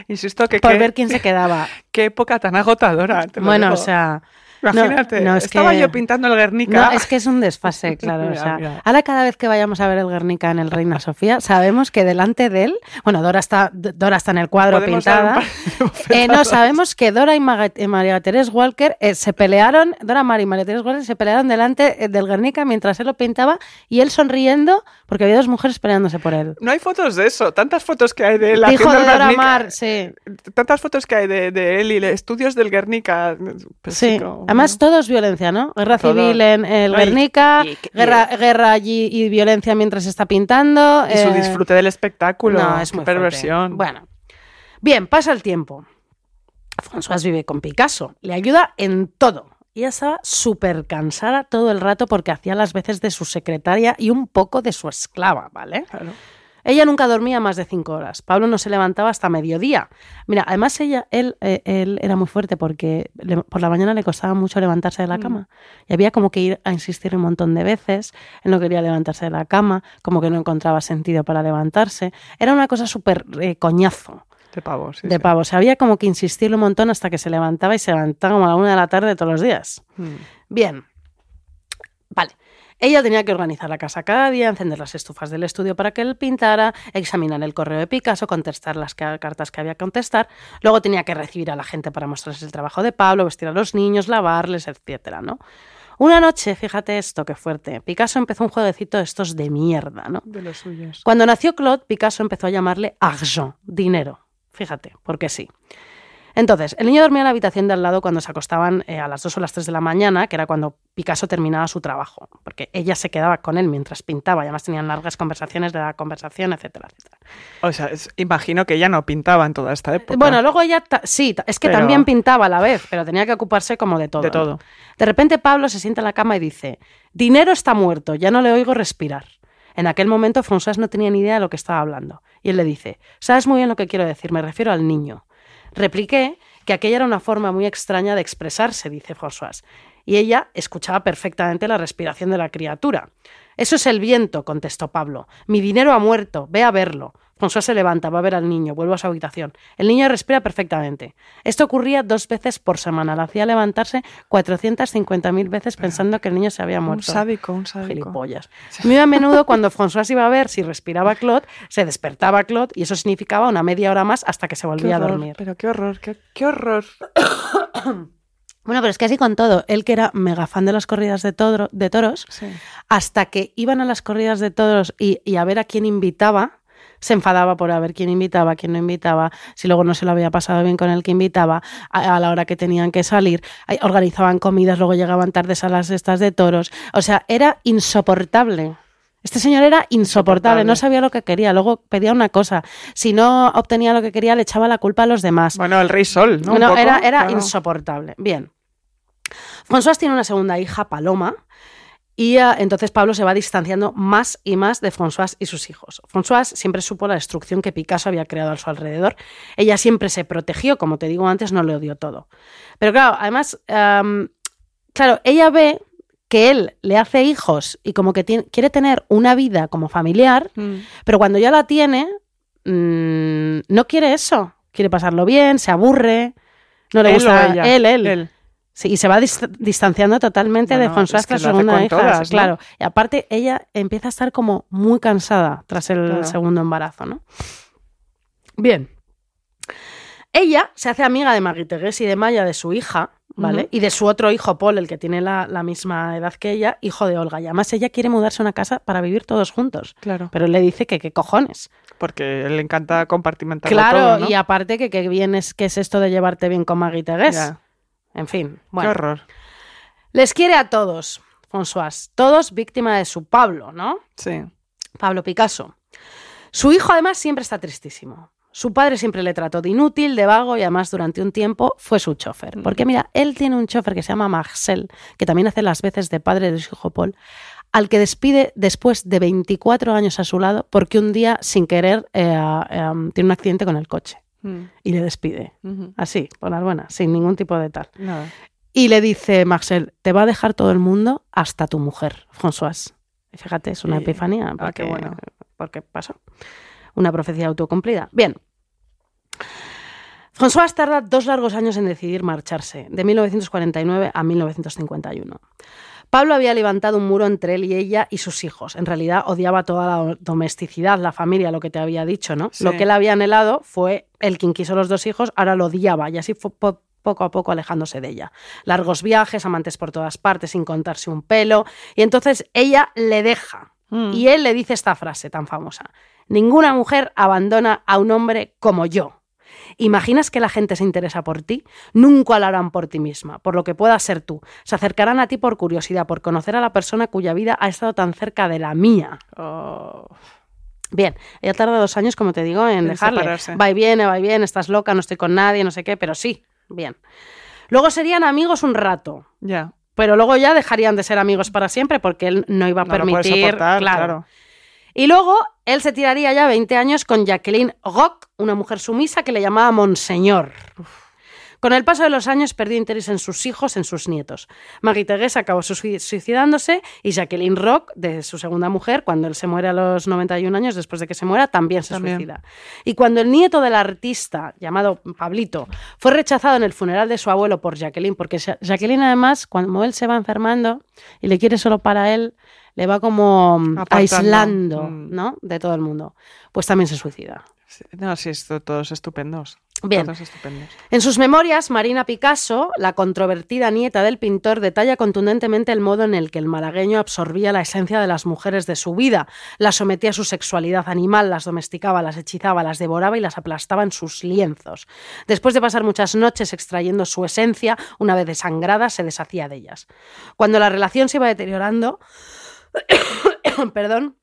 Insisto que por qué, ver quién se quedaba. qué época tan agotadora. te lo Bueno, digo. o sea... no, Imagínate, no, es estaba que- yo pintando el Guernica. No, es que es un desfase, claro. o Mira, sea, mira. ahora cada vez que vayamos a ver el Guernica en el Reina Sofía, sabemos que delante de él, bueno, Dora está, D- Dora está en el cuadro Podemos dar pintada. un par de Eh, no, bofetadas. sabemos que Dora y Maga- eh, María Teresa Walker eh, se pelearon, Dora Mari y María Teresa Walker se pelearon delante eh, del Guernica mientras él lo pintaba y él sonriendo porque había dos mujeres peleándose por él. No hay fotos de eso. Tantas fotos que hay de él Hijo haciendo de el Dora Guernica. Mar, sí. Tantas fotos que hay de, de él y de estudios del Guernica. Pues, Sí, chico, además bueno. todo es violencia, ¿no? Guerra Todo. civil en el No, y- Guernica, y- y- guerra, guerra allí y violencia mientras está pintando. Y su eh, disfrute del espectáculo. No, es Qué muy fuerte. perversión. Bueno, bien, pasa el tiempo. François vive con Picasso, le ayuda en todo. Ella estaba súper cansada todo el rato porque hacía las veces de su secretaria y un poco de su esclava, ¿vale? Claro. Ella nunca dormía más de cinco horas. Pablo no se levantaba hasta mediodía. Mira, además ella, él, eh, él era muy fuerte porque le- por la mañana le costaba mucho levantarse de Mm. la cama. Y había como que ir a insistir un montón de veces. Él no quería levantarse de la cama, como que no encontraba sentido para levantarse. Era una cosa súper eh, coñazo De pavos. sí, de sí. pavo. O sea, había como que insistirle un montón hasta que se levantaba y se levantaba como a la una de la tarde todos los días. Mm. Bien. Vale. Ella tenía que organizar la casa cada día, encender las estufas del estudio para que él pintara, examinar el correo de Picasso, contestar las ca- cartas que había que contestar. Luego tenía que recibir a la gente para mostrarles el trabajo de Pablo, vestir a los niños, lavarles, etcétera, ¿no? Una noche, fíjate esto, qué fuerte. Picasso empezó un jueguecito de estos de mierda, ¿no? De los suyos. Cuando nació Claude, Picasso empezó a llamarle argent, dinero. Fíjate, porque sí. Entonces, el niño dormía en la habitación de al lado cuando se acostaban eh, a las 2 o las 3 de la mañana, que era cuando Picasso terminaba su trabajo, porque ella se quedaba con él mientras pintaba, y además tenían largas conversaciones de la conversación, etcétera, etcétera. O sea, es- imagino que ella no pintaba en toda esta época. Eh, Bueno, luego ella ta- sí, ta- es que Pero- también pintaba a la vez, pero tenía que ocuparse como de todo. De ¿no? todo. De repente Pablo se sienta en la cama y dice, dinero está muerto, ya no le oigo respirar. En aquel momento François no tenía ni idea de lo que estaba hablando. Y él le dice, sabes muy bien lo que quiero decir, me refiero al niño. Repliqué que aquella era una forma muy extraña de expresarse, dice François. Y ella escuchaba perfectamente la respiración de la criatura. Eso es el viento, contestó Pablo. Mi dinero ha muerto, ve a verlo. François se levanta, va a ver al niño, vuelve a su habitación. El niño respira perfectamente. Esto ocurría dos veces por semana. La hacía levantarse 450.000 veces pensando que el niño se había un muerto. sádico, un sádico. Gilipollas. Muy a menudo, cuando François iba a ver si respiraba Claude, se despertaba Claude y eso significaba una media hora más hasta que se Qué volvía a horror, dormir. pero qué horror, qué, qué horror. Bueno, pero es que así con todo, él que era mega fan de las corridas de, toro- de toros, Sí. hasta que iban a las corridas de toros y, y a ver a quién invitaba, se enfadaba por a ver quién invitaba, quién no invitaba, si luego no se lo había pasado bien con el que invitaba, a, a la hora que tenían que salir, ay, organizaban comidas, luego llegaban tardes a las estas de toros. O sea, era insoportable. Este señor era insoportable, Insoportable. no sabía lo que quería, luego pedía una cosa, si no obtenía lo que quería le echaba la culpa a los demás. Bueno, el rey sol, ¿no? Un No, poco, era, era claro. insoportable. Bien. François tiene una segunda hija, Paloma, y ah, entonces Pablo se va distanciando más y más de François y sus hijos. François siempre supo la destrucción que Picasso había creado a su alrededor. Ella siempre se protegió, como te digo antes, no le odió todo. Pero claro, además, am, claro, ella ve que él le hace hijos y como que tiene- quiere tener una vida como familiar, Mm. pero cuando ya la tiene, mm, no quiere eso. Quiere pasarlo bien, se aburre. No le Él gusta o ella. él, él. Sí, y se va dis- distanciando totalmente de Bueno, François es que tras su lo hace segunda con hija. todas, ¿no? Claro. Y aparte, ella empieza a estar como muy cansada tras el Claro. segundo embarazo, ¿no? Bien. Ella se hace amiga de Marguerite Gues y de Maya, de su hija, ¿vale? Ujú. Y de su otro hijo, Paul, el que tiene la, la misma edad que ella, hijo de Olga. Y además ella quiere mudarse a una casa para vivir todos juntos. Claro, Pero él le dice que qué cojones. porque le encanta compartimentarlo Claro, todo, ¿no? y aparte que qué bien es que es esto de llevarte bien con Marguerite Gues. Ya, En fin, Qué bueno. horror. Les quiere a todos, François, todos víctima de su Pablo, ¿no? Sí. Pablo Picasso. Su hijo además siempre está tristísimo. Su padre siempre le trató de inútil, de vago y además durante un tiempo fue su chofer. Porque mira, él tiene un chofer que se llama Marcel, que también hace las veces de padre de su hijo Paul, al que despide después de 24 años a su lado porque un día sin querer eh, eh, tiene un accidente con el coche Mm, y le despide. ujú. Así, por las buenas, sin ningún tipo de tal. Nada. Y le dice Marcel, te va a dejar todo el mundo hasta tu mujer, François. Y Fíjate, es una Y- epifanía. ah, Porque, qué bueno. Porque pasó. Una profecía autocumplida. Bien. François tarda dos largos años en decidir marcharse, de 1949 a 1951. Pablo había levantado un muro entre él y ella y sus hijos. En realidad odiaba toda la domesticidad, la familia, lo que te había dicho, ¿no? Sí. Lo que él había anhelado fue el quien quiso los dos hijos, ahora lo odiaba y así fue po- poco a poco alejándose de ella. Largos viajes, amantes por todas partes, sin contarse un pelo. Y entonces ella le deja. Mm. Y él le dice esta frase tan famosa. Ninguna mujer abandona a un hombre como yo. ¿Imaginas que la gente se interesa por ti? Nunca lo harán por ti misma, por lo que puedas ser tú. Se acercarán a ti por curiosidad, por conocer a la persona cuya vida ha estado tan cerca de la mía. Oh, Bien, ella tarda dos años, como te digo, en, En dejarle. separarse. Va y viene, va y viene, estás loca, no estoy con nadie, no sé qué, pero sí, bien. Luego serían amigos un rato, ya. pero luego ya dejarían de ser amigos para siempre porque él no iba a No lo puedes permitir. soportar, claro. Y luego él se tiraría ya 20 años con Jacqueline Rock, una mujer sumisa que le llamaba Monseñor. Con el paso de los años perdió interés en sus hijos, en sus nietos. Marie Teresa acabó suci- suicidándose y Jacqueline Rock, de su segunda mujer, cuando él se muere a los 91 años, después de que se muera, también se También. suicida. Y cuando el nieto del artista, llamado Pablito, fue rechazado en el funeral de su abuelo por Jacqueline, porque Sa- Jacqueline además, cuando él se va enfermando y le quiere solo para él, le va como mm, Apartando. aislando, Mm. ¿no? De todo el mundo. Pues también se suicida. Sí, No, sí, esto- todos estupendos. Bien. Todos estupendos. En sus memorias, Marina Picasso, la controvertida nieta del pintor, detalla contundentemente el modo en el que el malagueño absorbía la esencia de las mujeres de su vida, las sometía a su sexualidad animal, las domesticaba, las hechizaba, las devoraba y las aplastaba en sus lienzos. Después de pasar muchas noches extrayendo su esencia, una vez desangrada, se deshacía de ellas. Cuando la relación se iba deteriorando, perdón,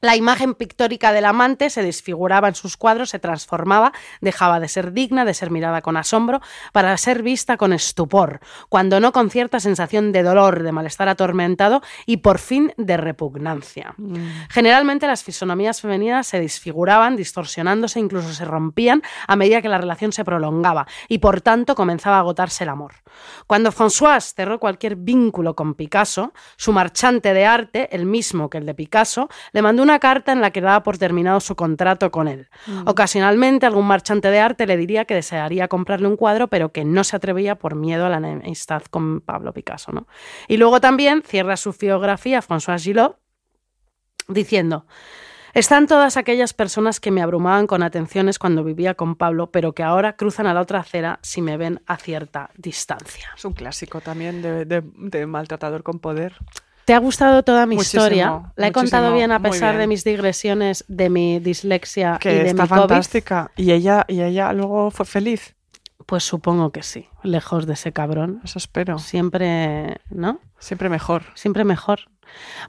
la imagen pictórica del amante se desfiguraba en sus cuadros, se transformaba, dejaba de ser digna, de ser mirada con asombro, para ser vista con estupor, cuando no con cierta sensación de dolor, de malestar atormentado y por fin de repugnancia. Generalmente las fisonomías femeninas se desfiguraban, distorsionándose, incluso se rompían a medida que la relación se prolongaba y por tanto comenzaba a agotarse el amor. Cuando François cerró cualquier vínculo con Picasso, su marchante de arte, el mismo que el de Picasso, le mandó una carta en la que daba por terminado su contrato con él. Ocasionalmente algún marchante de arte le diría que desearía comprarle un cuadro, pero que no se atrevía por miedo a la enemistad con Pablo Picasso. ¿no? Y luego también cierra su biografía François Gillot diciendo, están todas aquellas personas que me abrumaban con atenciones cuando vivía con Pablo, pero que ahora cruzan a la otra acera si me ven a cierta distancia. Es un clásico también de, de- de maltratador con poder. ¿Te ha gustado toda mi Muchísimo, historia? La he contado muchísimo, bien a muy pesar de bien. mis digresiones, de mi dislexia Ah, y Que de está mi COVID. fantástica. Y ella, y ella luego fue feliz. Pues supongo que sí, lejos de ese cabrón. Eso espero. Siempre, ¿no? Siempre mejor. Siempre mejor.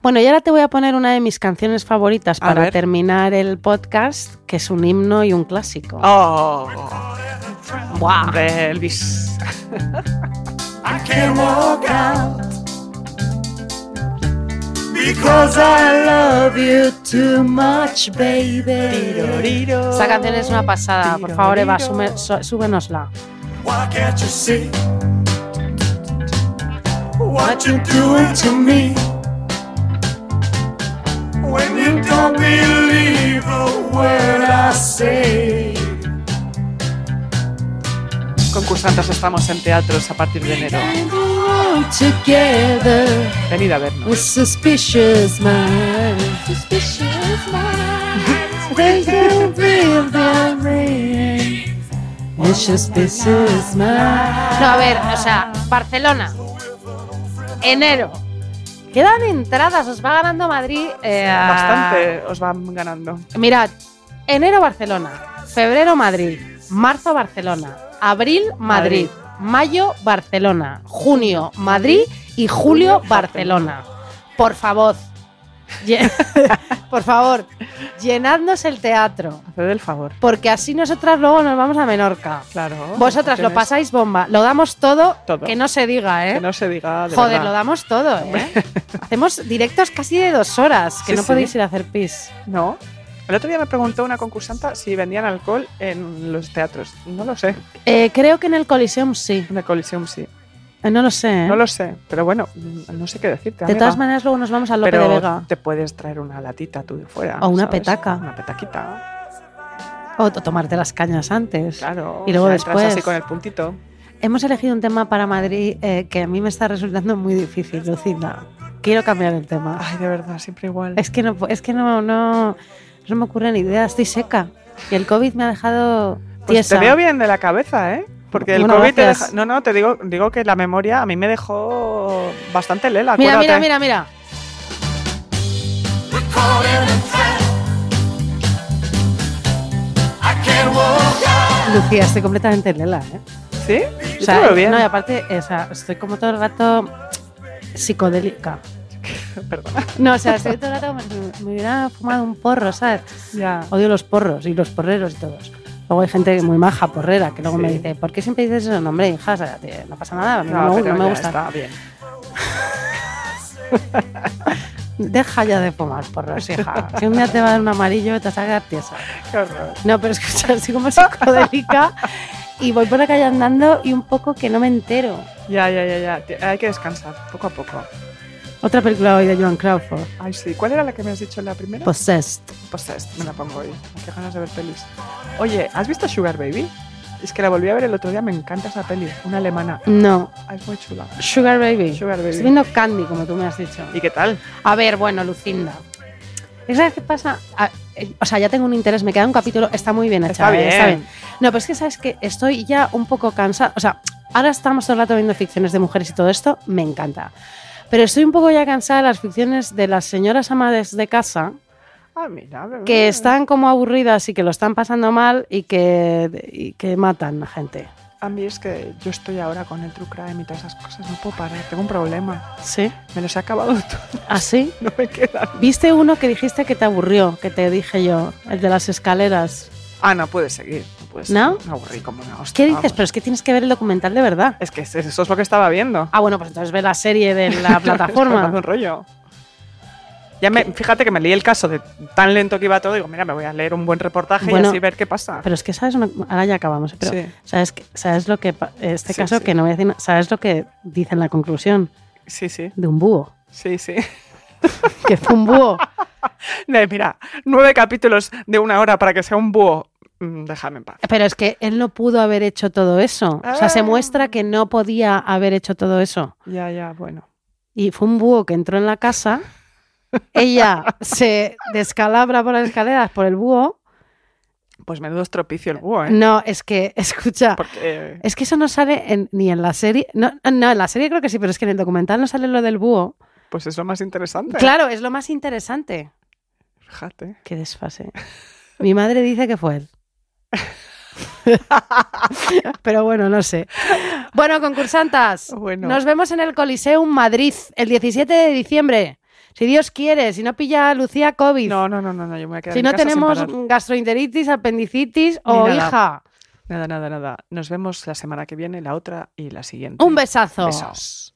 Bueno, y ahora te voy a poner una de mis canciones favoritas A para ver. terminar el podcast, que es un himno y un clásico. ¡Oh! ¡Buah! De Elvis. I can't walk out because I love you too much, baby. Esta canción es una pasada. Por favor, Eva, sume- su- súbenosla. Why can't you see what you're doing to me? When you don't believe a word I say. Concursantes, estamos en teatros a partir de enero. Together Venid a vernos. with suspicious minds. Suspicious minds. they don't read their names. With suspicious minds. No, a ver, o sea, Barcelona. Enero. Quedan entradas, os va ganando Madrid. eh, Bastante Ah. os van ganando. Mirad, enero Barcelona, febrero Madrid, marzo Barcelona, abril Madrid, Madrid. mayo Barcelona, junio Madrid y julio Barcelona. Por favor, lle- por favor, llenadnos el teatro, Haced el favor. porque así nosotras luego nos vamos a Menorca. Claro. Vosotras lo Tienes- pasáis bomba, lo damos todo, Todo. que no se diga, ¿eh? Que no se diga de Joder, verdad. lo damos todo, ¿eh? Hacemos directos casi de dos horas, que Sí, no sí. podéis ir a hacer pis. No. El otro día me preguntó una concursanta si vendían alcohol en los teatros. No lo sé. Eh, creo que en el Coliseum sí. En el Coliseum sí. Eh, no lo sé. ¿eh? No lo sé. Pero bueno, mm, no sé qué decirte. de amiga. todas maneras, luego nos vamos al Lope pero de Vega. te puedes traer una latita tú de fuera. O una ¿sabes? petaca. Una petaquita. O, o tomarte las cañas antes. Claro. Y luego Ya entras después. así con el puntito. Hemos elegido un tema para Madrid eh, que a mí me está resultando muy difícil, Lucinda. Quiero cambiar el tema. Ay, de verdad, siempre igual. Es que no, pu- es que no, no, no me ocurren ideas. Estoy seca. Y el COVID me ha dejado Pues tiesa. te veo bien de la cabeza, ¿eh? Porque el Bueno, COVID te gracias. deja- No, no, te digo, digo que la memoria a mí me dejó bastante lela. mira, acuérdate. mira, mira, mira. Lucía, estoy completamente lela, ¿eh? ¿Sí? Yo O sea, eh, te veo bien. No, y aparte, o sea, estoy como todo el rato psicodélica. Perdona. No, o sea, estoy todo el rato. Me, me hubiera fumado un porro, ¿sabes? Ya. Odio los porros y los porreros y todos. Luego hay gente muy maja, porrera, que luego Sí. me dice, ¿por qué siempre dices eso? No, hombre, hija, o sea, te- no pasa nada, a mí no, me- pero no me ya gusta. Está bien. Deja ya de fumar porros, hija. Si un día te va a dar un amarillo, te vas a quedar tiesa. Qué horror. No, pero escucha, soy como psicodélica y voy por la calle andando y un poco que no me entero. Ya, ya, ya, ya. Te- Hay que descansar, poco a poco. Otra película hoy de Joan Crawford, Ay, sí. ¿Cuál era la que me has dicho en la primera? Possessed. Pues esta, me la pongo hoy. Qué ganas de ver pelis. Oye, ¿has visto Sugar Baby? Es que la volví a ver el otro día, me encanta esa peli. Una alemana. No, Ah, es muy chula. Sugar Baby. Sugar Baby. Estoy viendo Candy, como tú me has dicho. ¿Y qué tal? A ver, bueno, Lucinda. ¿Y ¿Sabes qué pasa? A- eh, O sea, ya tengo un interés, me queda un capítulo, está muy bien hecha. Está ¿eh? bien. está bien. No, pero es que sabes que estoy ya un poco cansada. O sea, ahora estamos todo el rato viendo ficciones de mujeres y todo esto, me encanta. Pero estoy un poco ya cansada de las ficciones de las señoras amadas de casa Ah, mira. bebé. que están como aburridas y que lo están pasando mal y que, y que matan a gente. A mí es que yo estoy ahora con el true crime y todas esas cosas. No puedo parar, tengo un problema. ¿Sí? Me los he acabado todo. ¿Así? No me quedan. ¿Viste uno que dijiste que te aburrió, que te dije yo, el de las escaleras? Ah, no puedes seguir. No puedes ¿No? seguir. Me aburrí como una hostia. ¿Qué dices? vamos. Pero es que tienes que ver el documental de verdad. Es que eso es lo que estaba viendo. Ah, bueno, pues entonces ve la serie de la Es que me hace un plataforma. rollo. Ya me, fíjate que me leí el caso de tan lento que iba todo. Digo, mira, me voy a leer un buen reportaje Bueno, y así ver qué pasa. Pero es que sabes, una- ahora ya acabamos, ¿eh? pero Sí. sabes, que- sabes lo que, pa- este Sí, caso sí. que no voy a decir, na- sabes lo que dice en la conclusión Sí, sí, de un búho, sí, sí. que fue un búho. De, mira, nueve capítulos de una hora para que sea un búho. Mm, déjame en paz. Pero es que él no pudo haber hecho todo eso. O sea, se Ah. muestra que no podía haber hecho todo eso. Ya, ya, bueno. Y fue un búho que entró en la casa. Ella se descalabra por las escaleras por el búho. Pues menudo estropicio el búho, ¿eh? No, es que, escucha, Porque. Es que eso no sale en- ni en la serie. No, no, en la serie creo que sí, pero es que en el documental no sale lo del búho. Pues es lo más interesante. Claro, es lo más interesante. Fíjate. Qué desfase. Mi madre dice que fue él. pero bueno, no sé. Bueno, concursantas, Bueno. nos vemos en el Coliseum Madrid el 17 de diciembre. Si Dios quiere, si no pilla a Lucía COVID, No, no, no, no, no, yo me voy a quedar si en no casa sin tenemos parar. gastroenteritis, apendicitis Ni o nada. hija. Nada, nada, nada. Nos vemos la semana que viene, la otra y la siguiente. Un besazo. Besos.